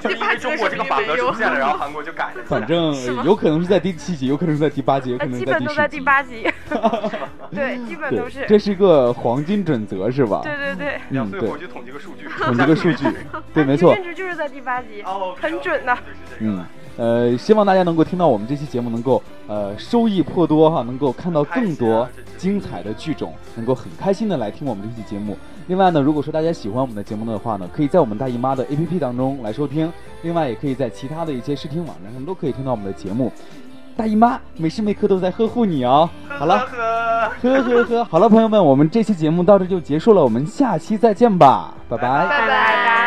S5: 就是因为中国这个法则出现了，然后韩国就改了。
S1: 反正
S2: 是吗
S1: 有可能是在第七集，有可能是在第八集，有可
S4: 呃，
S1: 能
S4: 基
S1: 是在
S4: 本
S1: 第
S4: 都
S1: 十
S4: 在
S1: 集
S4: 第。八集， 对，基本都是
S1: 对，，这是一个黄金准则，是吧？
S4: 对对对，
S5: 两
S1: 嗯，
S5: 岁
S1: 对
S5: 回，去统计个数据，
S1: 统计个数 据，对，没错
S4: 甚。至就是在第八集，
S5: 哦，
S4: 很准的。
S5: 就是这个
S1: 嗯，呃，希望大家能够听到我们这期节目，能够呃收益颇多哈，能够看到更多精彩的剧种，能够很开心的来听我们这期节目。另外呢，如果说大家喜欢我们的节目的话呢，可以在我们大姨妈的 APP 当中来收听，另外也可以在其他的一些视听网站上都可以听到我们的节目。大姨妈每时每刻都在呵护你哦。好了，
S5: 呵
S1: 呵
S5: 呵，
S1: 呵呵，好了，朋友们，我们这期节目到这就结束了，我们下期再见吧，拜拜
S2: 拜
S3: 拜拜